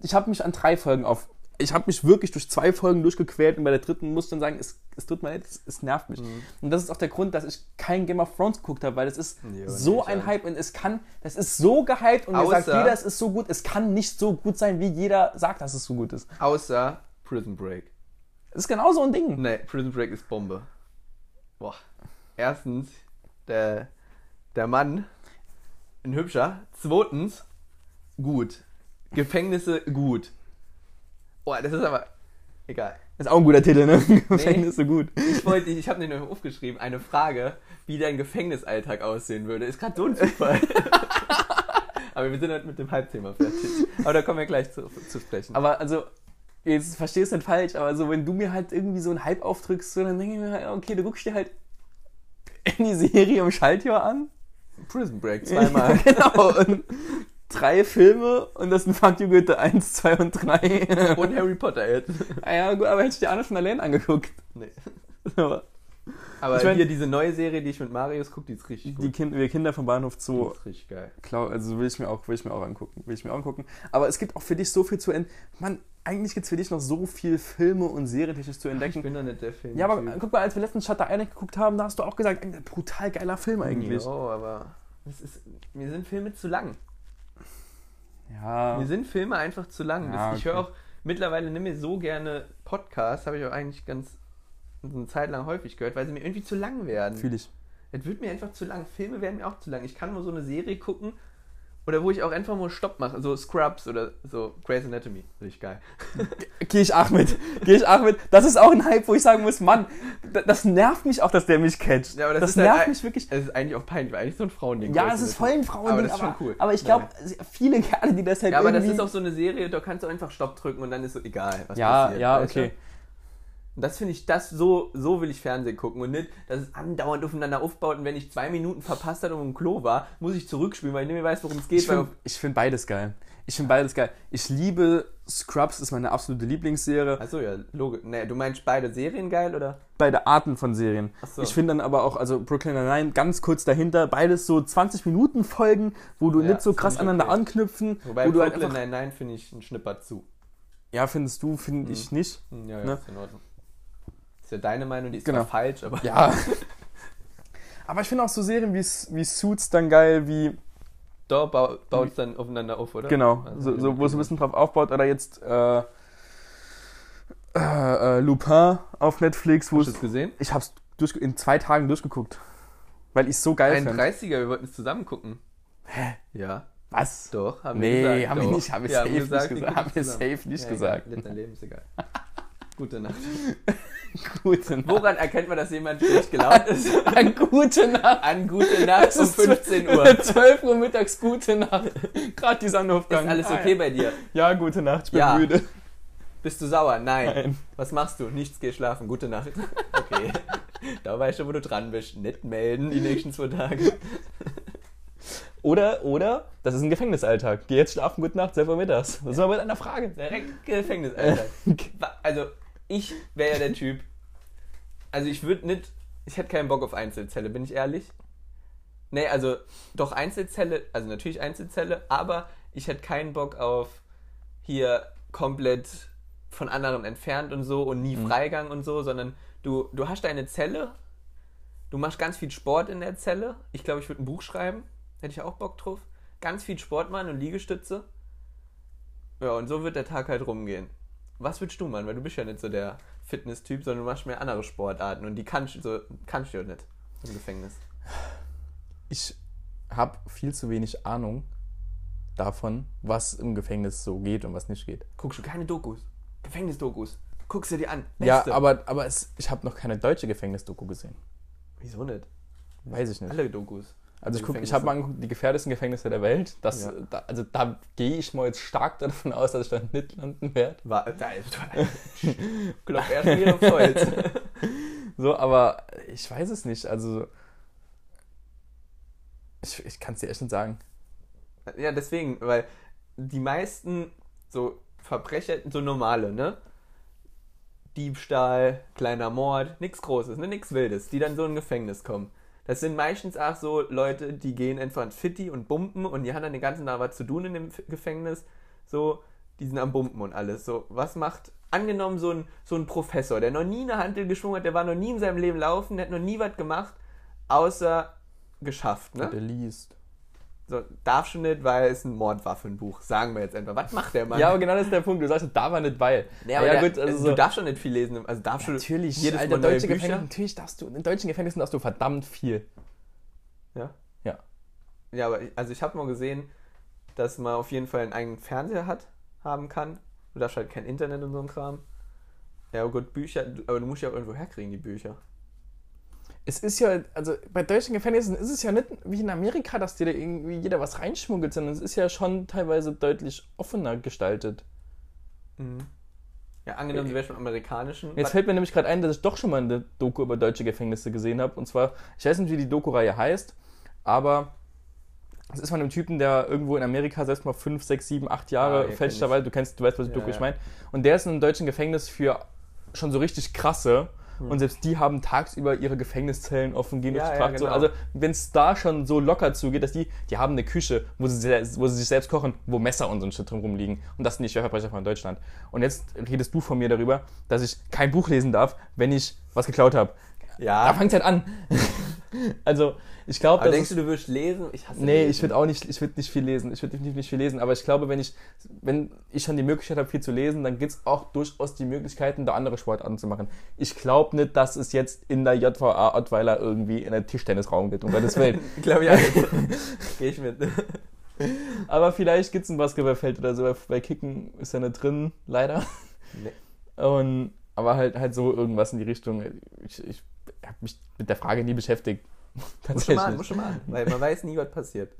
ich hab mich an drei Folgen auf. Ich habe mich wirklich durch zwei Folgen durchgequält und bei der dritten musste ich dann sagen, es, es tut mir leid, es, es nervt mich. Mhm. Und das ist auch der Grund, dass ich kein Game of Thrones geguckt habe, weil das ist Ja, nee, so ich auch ein nicht. Hype und es kann, das ist so gehypt und mir sagt Außer- jeder, es ist so gut. Es kann nicht so gut sein, wie jeder sagt, dass es so gut ist. Außer Prison Break. Es ist genauso ein Ding. Nee, Prison Break ist Bombe. Boah. Erstens, der, der Mann, ein hübscher. Zweitens, gut. Gefängnisse, gut. Boah, das ist aber. Egal. Ist auch ein guter Titel, ne? Gefängnis ist so gut. Ich wollte, ich habe mir nur aufgeschrieben, eine Frage, wie dein Gefängnisalltag aussehen würde. Ist gerade so ein Zufall. aber wir sind halt mit dem Halbthema fertig. Aber da kommen wir gleich zu, zu sprechen. Aber also, jetzt verstehst du nicht falsch, aber so, wenn du mir halt irgendwie so einen Hype aufdrückst, so, dann denke ich mir halt, okay, du guckst dir halt in die Serie im Schaltjahr an. Prison Break zweimal. genau. Und drei Filme und das sind Fuck You Goethe 1, 2 und 3. Und Harry Potter jetzt. ah ja, gut, aber hätte ich dir auch noch von allein angeguckt. Nee. So, Aber Ich mein- hier diese neue Serie, die ich mit Marius gucke, die ist richtig gut. die kind, wir Kinder vom Bahnhof Die Zoo, ist richtig geil. klar, also will ich mir auch, will ich mir auch angucken, will ich mir auch angucken. Aber es gibt auch für dich so viel zu entdecken. Mann, eigentlich gibt es für dich noch so viel Filme und serientechnisch zu entdecken. Ich bin doch nicht der Film. Ja, aber guck mal, als wir letzten Shutter Island geguckt haben, da hast du auch gesagt, ein brutal geiler Film eigentlich. Jo, aber es ist, mir sind Filme zu lang. Ja. Mir sind Filme einfach zu lang. Ja, Das- Ich höre okay. auch mittlerweile nicht mehr so gerne Podcasts, habe ich auch eigentlich ganz so eine Zeit lang häufig gehört, weil sie mir irgendwie zu lang werden. Fühle ich. Es wird mir einfach zu lang. Filme werden mir auch zu lang. Ich kann nur so eine Serie gucken Oder wo ich auch einfach mal Stopp mache. So Scrubs oder so Grey's Anatomy. Finde ich geil. Gehe ich Ahmed. Gehe ich Ahmed. Das ist auch ein Hype, wo ich sagen muss, Mann, da- das nervt mich auch, dass der mich catcht. Ja, aber das das ist halt nervt ein- mich wirklich. Es ist eigentlich auch peinlich, weil eigentlich so ein Frauending. Ja, Grey's es ist voll Anatomy. ein Frauending, Aber das ist schon cool. aber ich glaube, viele gerne, die das halt Ja, aber das irgendwie... ist auch so eine Serie, da kannst du einfach Stopp drücken und dann ist so egal, was ja, passiert. ja, weißt okay. du? Und das finde ich, das so, so will ich Fernsehen gucken und nicht, dass es andauernd aufeinander aufbaut und wenn ich zwei Minuten verpasst hatte und im Klo war, muss ich zurückspielen, weil ich nicht mehr weiß, worum es geht. Ich weil finde find beides geil. Ich finde beides geil. Ich liebe Scrubs, ist meine absolute Lieblingsserie. Achso, ja, Logik. Nee, du meinst beide Serien geil, oder? Beide Arten von Serien. so. Ich finde dann aber auch, also Brooklyn Nine ganz kurz dahinter, beides so 20 Minuten Folgen, wo du Ja, nicht so das krass find ich aneinander okay. anknüpfen. Wobei wo du halt Brooklyn einfach, Nein, nein, finde ich einen Schnipper zu. ja, findest du, finde ich nicht. Hm, Ja, ja, Ne? ist in Ordnung. Ist ja deine Meinung, die ist Genau. zwar falsch, aber. Ja. aber ich finde auch so Serien wie, wie Suits dann geil, wie, Da bau- baut es dann aufeinander auf, oder? genau, Also, so, so, wo es ein bisschen drauf aufbaut. Oder jetzt äh, äh, äh, Lupin auf Netflix, wo Hast du es es gesehen? Ich hab's durch, in zwei Tagen durchgeguckt. Weil ich's so geil Ein fand. 30er, wir wollten es zusammen gucken. Hä? Ja, Was? doch, haben wir Nee, gesagt. haben wir doch. nicht, haben wir Ja, safe nicht wir gesagt. gucken Haben wir zusammen. safe nicht Ja, gesagt. Egal, lebt dein Leben ist egal. Gute Nacht. Gute Nacht. Woran erkennt man, dass jemand schlecht gelaunt ist? Gute Nacht. An Gute Nacht um 15 Uhr. Ist 12 Uhr mittags, gute Nacht. Gerade die Sonne aufgegangen. alles Ah, okay ja. bei dir? Ja, gute Nacht, ich bin Ja. müde. Bist du sauer? Nein. Nein. Was machst du? Nichts, geh schlafen. Gute Nacht. Okay. da weißt du, wo du dran bist. Nicht melden die nächsten zwei Tage. Oder, oder, das ist ein Gefängnisalltag. Geh jetzt schlafen, gute Nacht, 12 Uhr mittags. Das ist mal mit einer Frage. Äh, Direkt Gefängnis, Alter. Wa- Also, ich wäre ja der Typ. Also, ich würde nicht. Ich hätte keinen Bock auf Einzelzelle, bin ich ehrlich. Nee, also, doch Einzelzelle. Also, natürlich Einzelzelle, aber ich hätte keinen Bock auf hier komplett von anderen entfernt und so und nie Freigang und so, sondern du, du hast deine Zelle. Du machst ganz viel Sport in der Zelle. Ich glaube, ich würde ein Buch schreiben. Hätte ich auch Bock drauf. Ganz viel Sport machen und Liegestütze. Ja, und so wird der Tag halt rumgehen. Was würdest du machen? Weil du bist ja nicht so der Fitness-Typ, sondern du machst mehr andere Sportarten und die kannst, du- so, kannst du ja nicht im Gefängnis. Ich habe viel zu wenig Ahnung davon, was im Gefängnis so geht und was nicht geht. Guckst du keine Dokus? Gefängnis-Dokus. Guckst du dir an. Ja, Beste. aber, aber es, ich habe noch keine deutsche Gefängnisdoku gesehen. Wieso nicht? Weiß ich nicht. Alle Dokus. Also ich guck, ich Gefängnisse. habe mal angeguckt, die gefährlichsten Gefängnisse der Welt. Das, Ja. da, also da gehe ich mal jetzt stark davon aus, dass ich da nicht landen werde. War, da, Klopf erst mal hier aufs Holz. So, aber ich weiß es nicht. Also ich, ich kann es dir echt nicht sagen. Ja, deswegen, weil die meisten so Verbrecher, so normale, ne? Diebstahl, kleiner Mord, nichts Großes, ne? Nichts Wildes, die dann so in Gefängnis kommen. Das sind meistens auch so Leute, die gehen einfach ins Fitti und bumpen und die haben dann den ganzen Tag was zu tun in dem F- Gefängnis. So, die sind am Bumpen und alles. So, was macht, angenommen, so ein, so ein Professor, der noch nie eine Hantel geschwungen hat, der war noch nie in seinem Leben laufen, der hat noch nie was gemacht, außer geschafft, ne? Der liest. So, darfst du nicht, weil es ein Mordwaffenbuch, sagen wir jetzt einfach. Was macht der Mann? Ja, aber genau das ist der Punkt. Du sagst, da war nicht bei. nee, aber ja, der, gut, also du so, darfst schon nicht viel lesen. Also darfst natürlich, du jedes Alter, Mal neue deutsche Bücher. Gefängnisse, natürlich darfst du, in deutschen Gefängnissen darfst du verdammt viel. Ja. Ja. ja, aber ich, also ich habe mal gesehen, dass man auf jeden Fall einen eigenen Fernseher hat, haben kann. Du darfst halt kein Internet und so ein Kram. Ja, oh Gott, Bücher, du- aber du musst ja auch irgendwo herkriegen, die Bücher. Es ist ja, also bei deutschen Gefängnissen ist es ja nicht wie in Amerika, dass dir da irgendwie jeder was reinschmuggelt, sondern es ist ja schon teilweise deutlich offener gestaltet. Ja, angenommen, du wärst im amerikanischen. Jetzt fällt mir nämlich gerade ein, dass ich doch schon mal eine Doku über deutsche Gefängnisse gesehen habe. Und zwar, ich weiß nicht, wie die Doku-Reihe heißt, aber es ist von einem Typen, der irgendwo in Amerika selbst mal fünf, sechs, sieben, acht Ah, ja, Jahre kenn ich. fälschlicherweise, du kennst, du weißt, was die Ja, Doku ja. ich meine. Und der ist in einem deutschen Gefängnis für schon so richtig krasse. Und selbst die haben tagsüber ihre Gefängniszellen offen, gehen Hm. Ja, durch die ja, Tracht. so. genau. Also wenn es da schon so locker zugeht, dass die, die haben eine Küche, wo sie, se- wo sie sich selbst kochen, wo Messer und so ein Shit drin rumliegen. Und das sind die Schwerverbrecher von Deutschland. Und jetzt redest du von mir darüber, dass ich kein Buch lesen darf, wenn ich was geklaut habe. Da ja, fängt halt an. also ich glaube, Ah. aber dass denkst es- du, du wirst lesen? Ich hasse Nee, lesen. ich würde auch nicht, ich würde nicht viel lesen. Ich würde definitiv nicht viel lesen, aber ich glaube, wenn ich, wenn ich schon die Möglichkeit habe, viel zu lesen, dann gibt es auch durchaus die Möglichkeiten, da andere Sportarten zu machen. Ich glaube nicht, dass es jetzt in der JVA Ottweiler irgendwie in einen Tischtennisraum geht, um Gottes Willen. Ich glaube ja. Gehe ich mit. Aber vielleicht gibt es ein Basketballfeld oder so. weil- Bei Kicken ist er nicht drin, leider. Nee. Und, aber halt, halt so irgendwas in die Richtung. Ich, ich habe mich mit der Frage nie beschäftigt. Muss schon mal an, muss schon mal an. Weil man weiß nie, was passiert.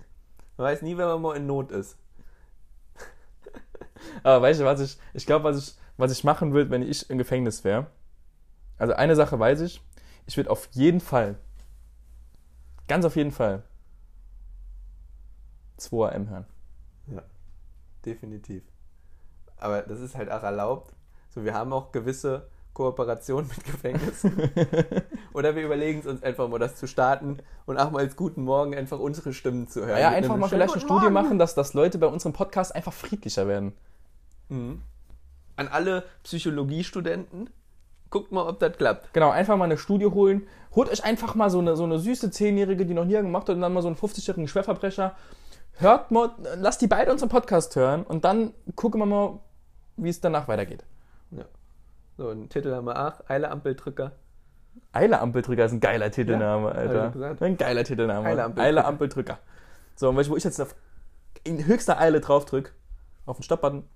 Man weiß nie, wenn man mal in Not ist. Aber weißt du, was ich, ich glaube, was ich, was ich machen würde, wenn ich im Gefängnis wäre. Also eine Sache weiß ich, ich würde auf jeden Fall, ganz auf jeden Fall, 2 AM hören. Ja. Definitiv. Aber das ist halt auch erlaubt. So, wir haben auch gewisse Kooperationen mit Gefängnissen. Oder wir überlegen es uns einfach mal, das zu starten und auch mal als Guten Morgen einfach unsere Stimmen zu hören. Ja, Mit einfach einem mal schönen vielleicht eine Guten Studie Morgen. machen, dass, dass Leute bei unserem Podcast einfach friedlicher werden. Mhm. An alle Psychologiestudenten, guckt mal, ob das klappt. Genau, einfach mal eine Studie holen. Holt euch einfach mal so eine, so eine süße 10-Jährige, die noch nie gemacht hat, und dann mal so einen 50-jährigen Schwerverbrecher. Hört mal, lasst die beide unseren Podcast hören und dann gucken wir mal, wie es danach weitergeht. So, einen Titel haben wir auch. Eile-Ampeldrücker. Eile Ampeldrücker ist ein geiler Titelname, hab Alter. ich gesagt. Ein geiler Titelname. Eile Eile Ampeldrücker. Ampeldrücker. So, und weißt du, wo ich jetzt auf, in höchster Eile drauf drück? Auf den Stopp-Button.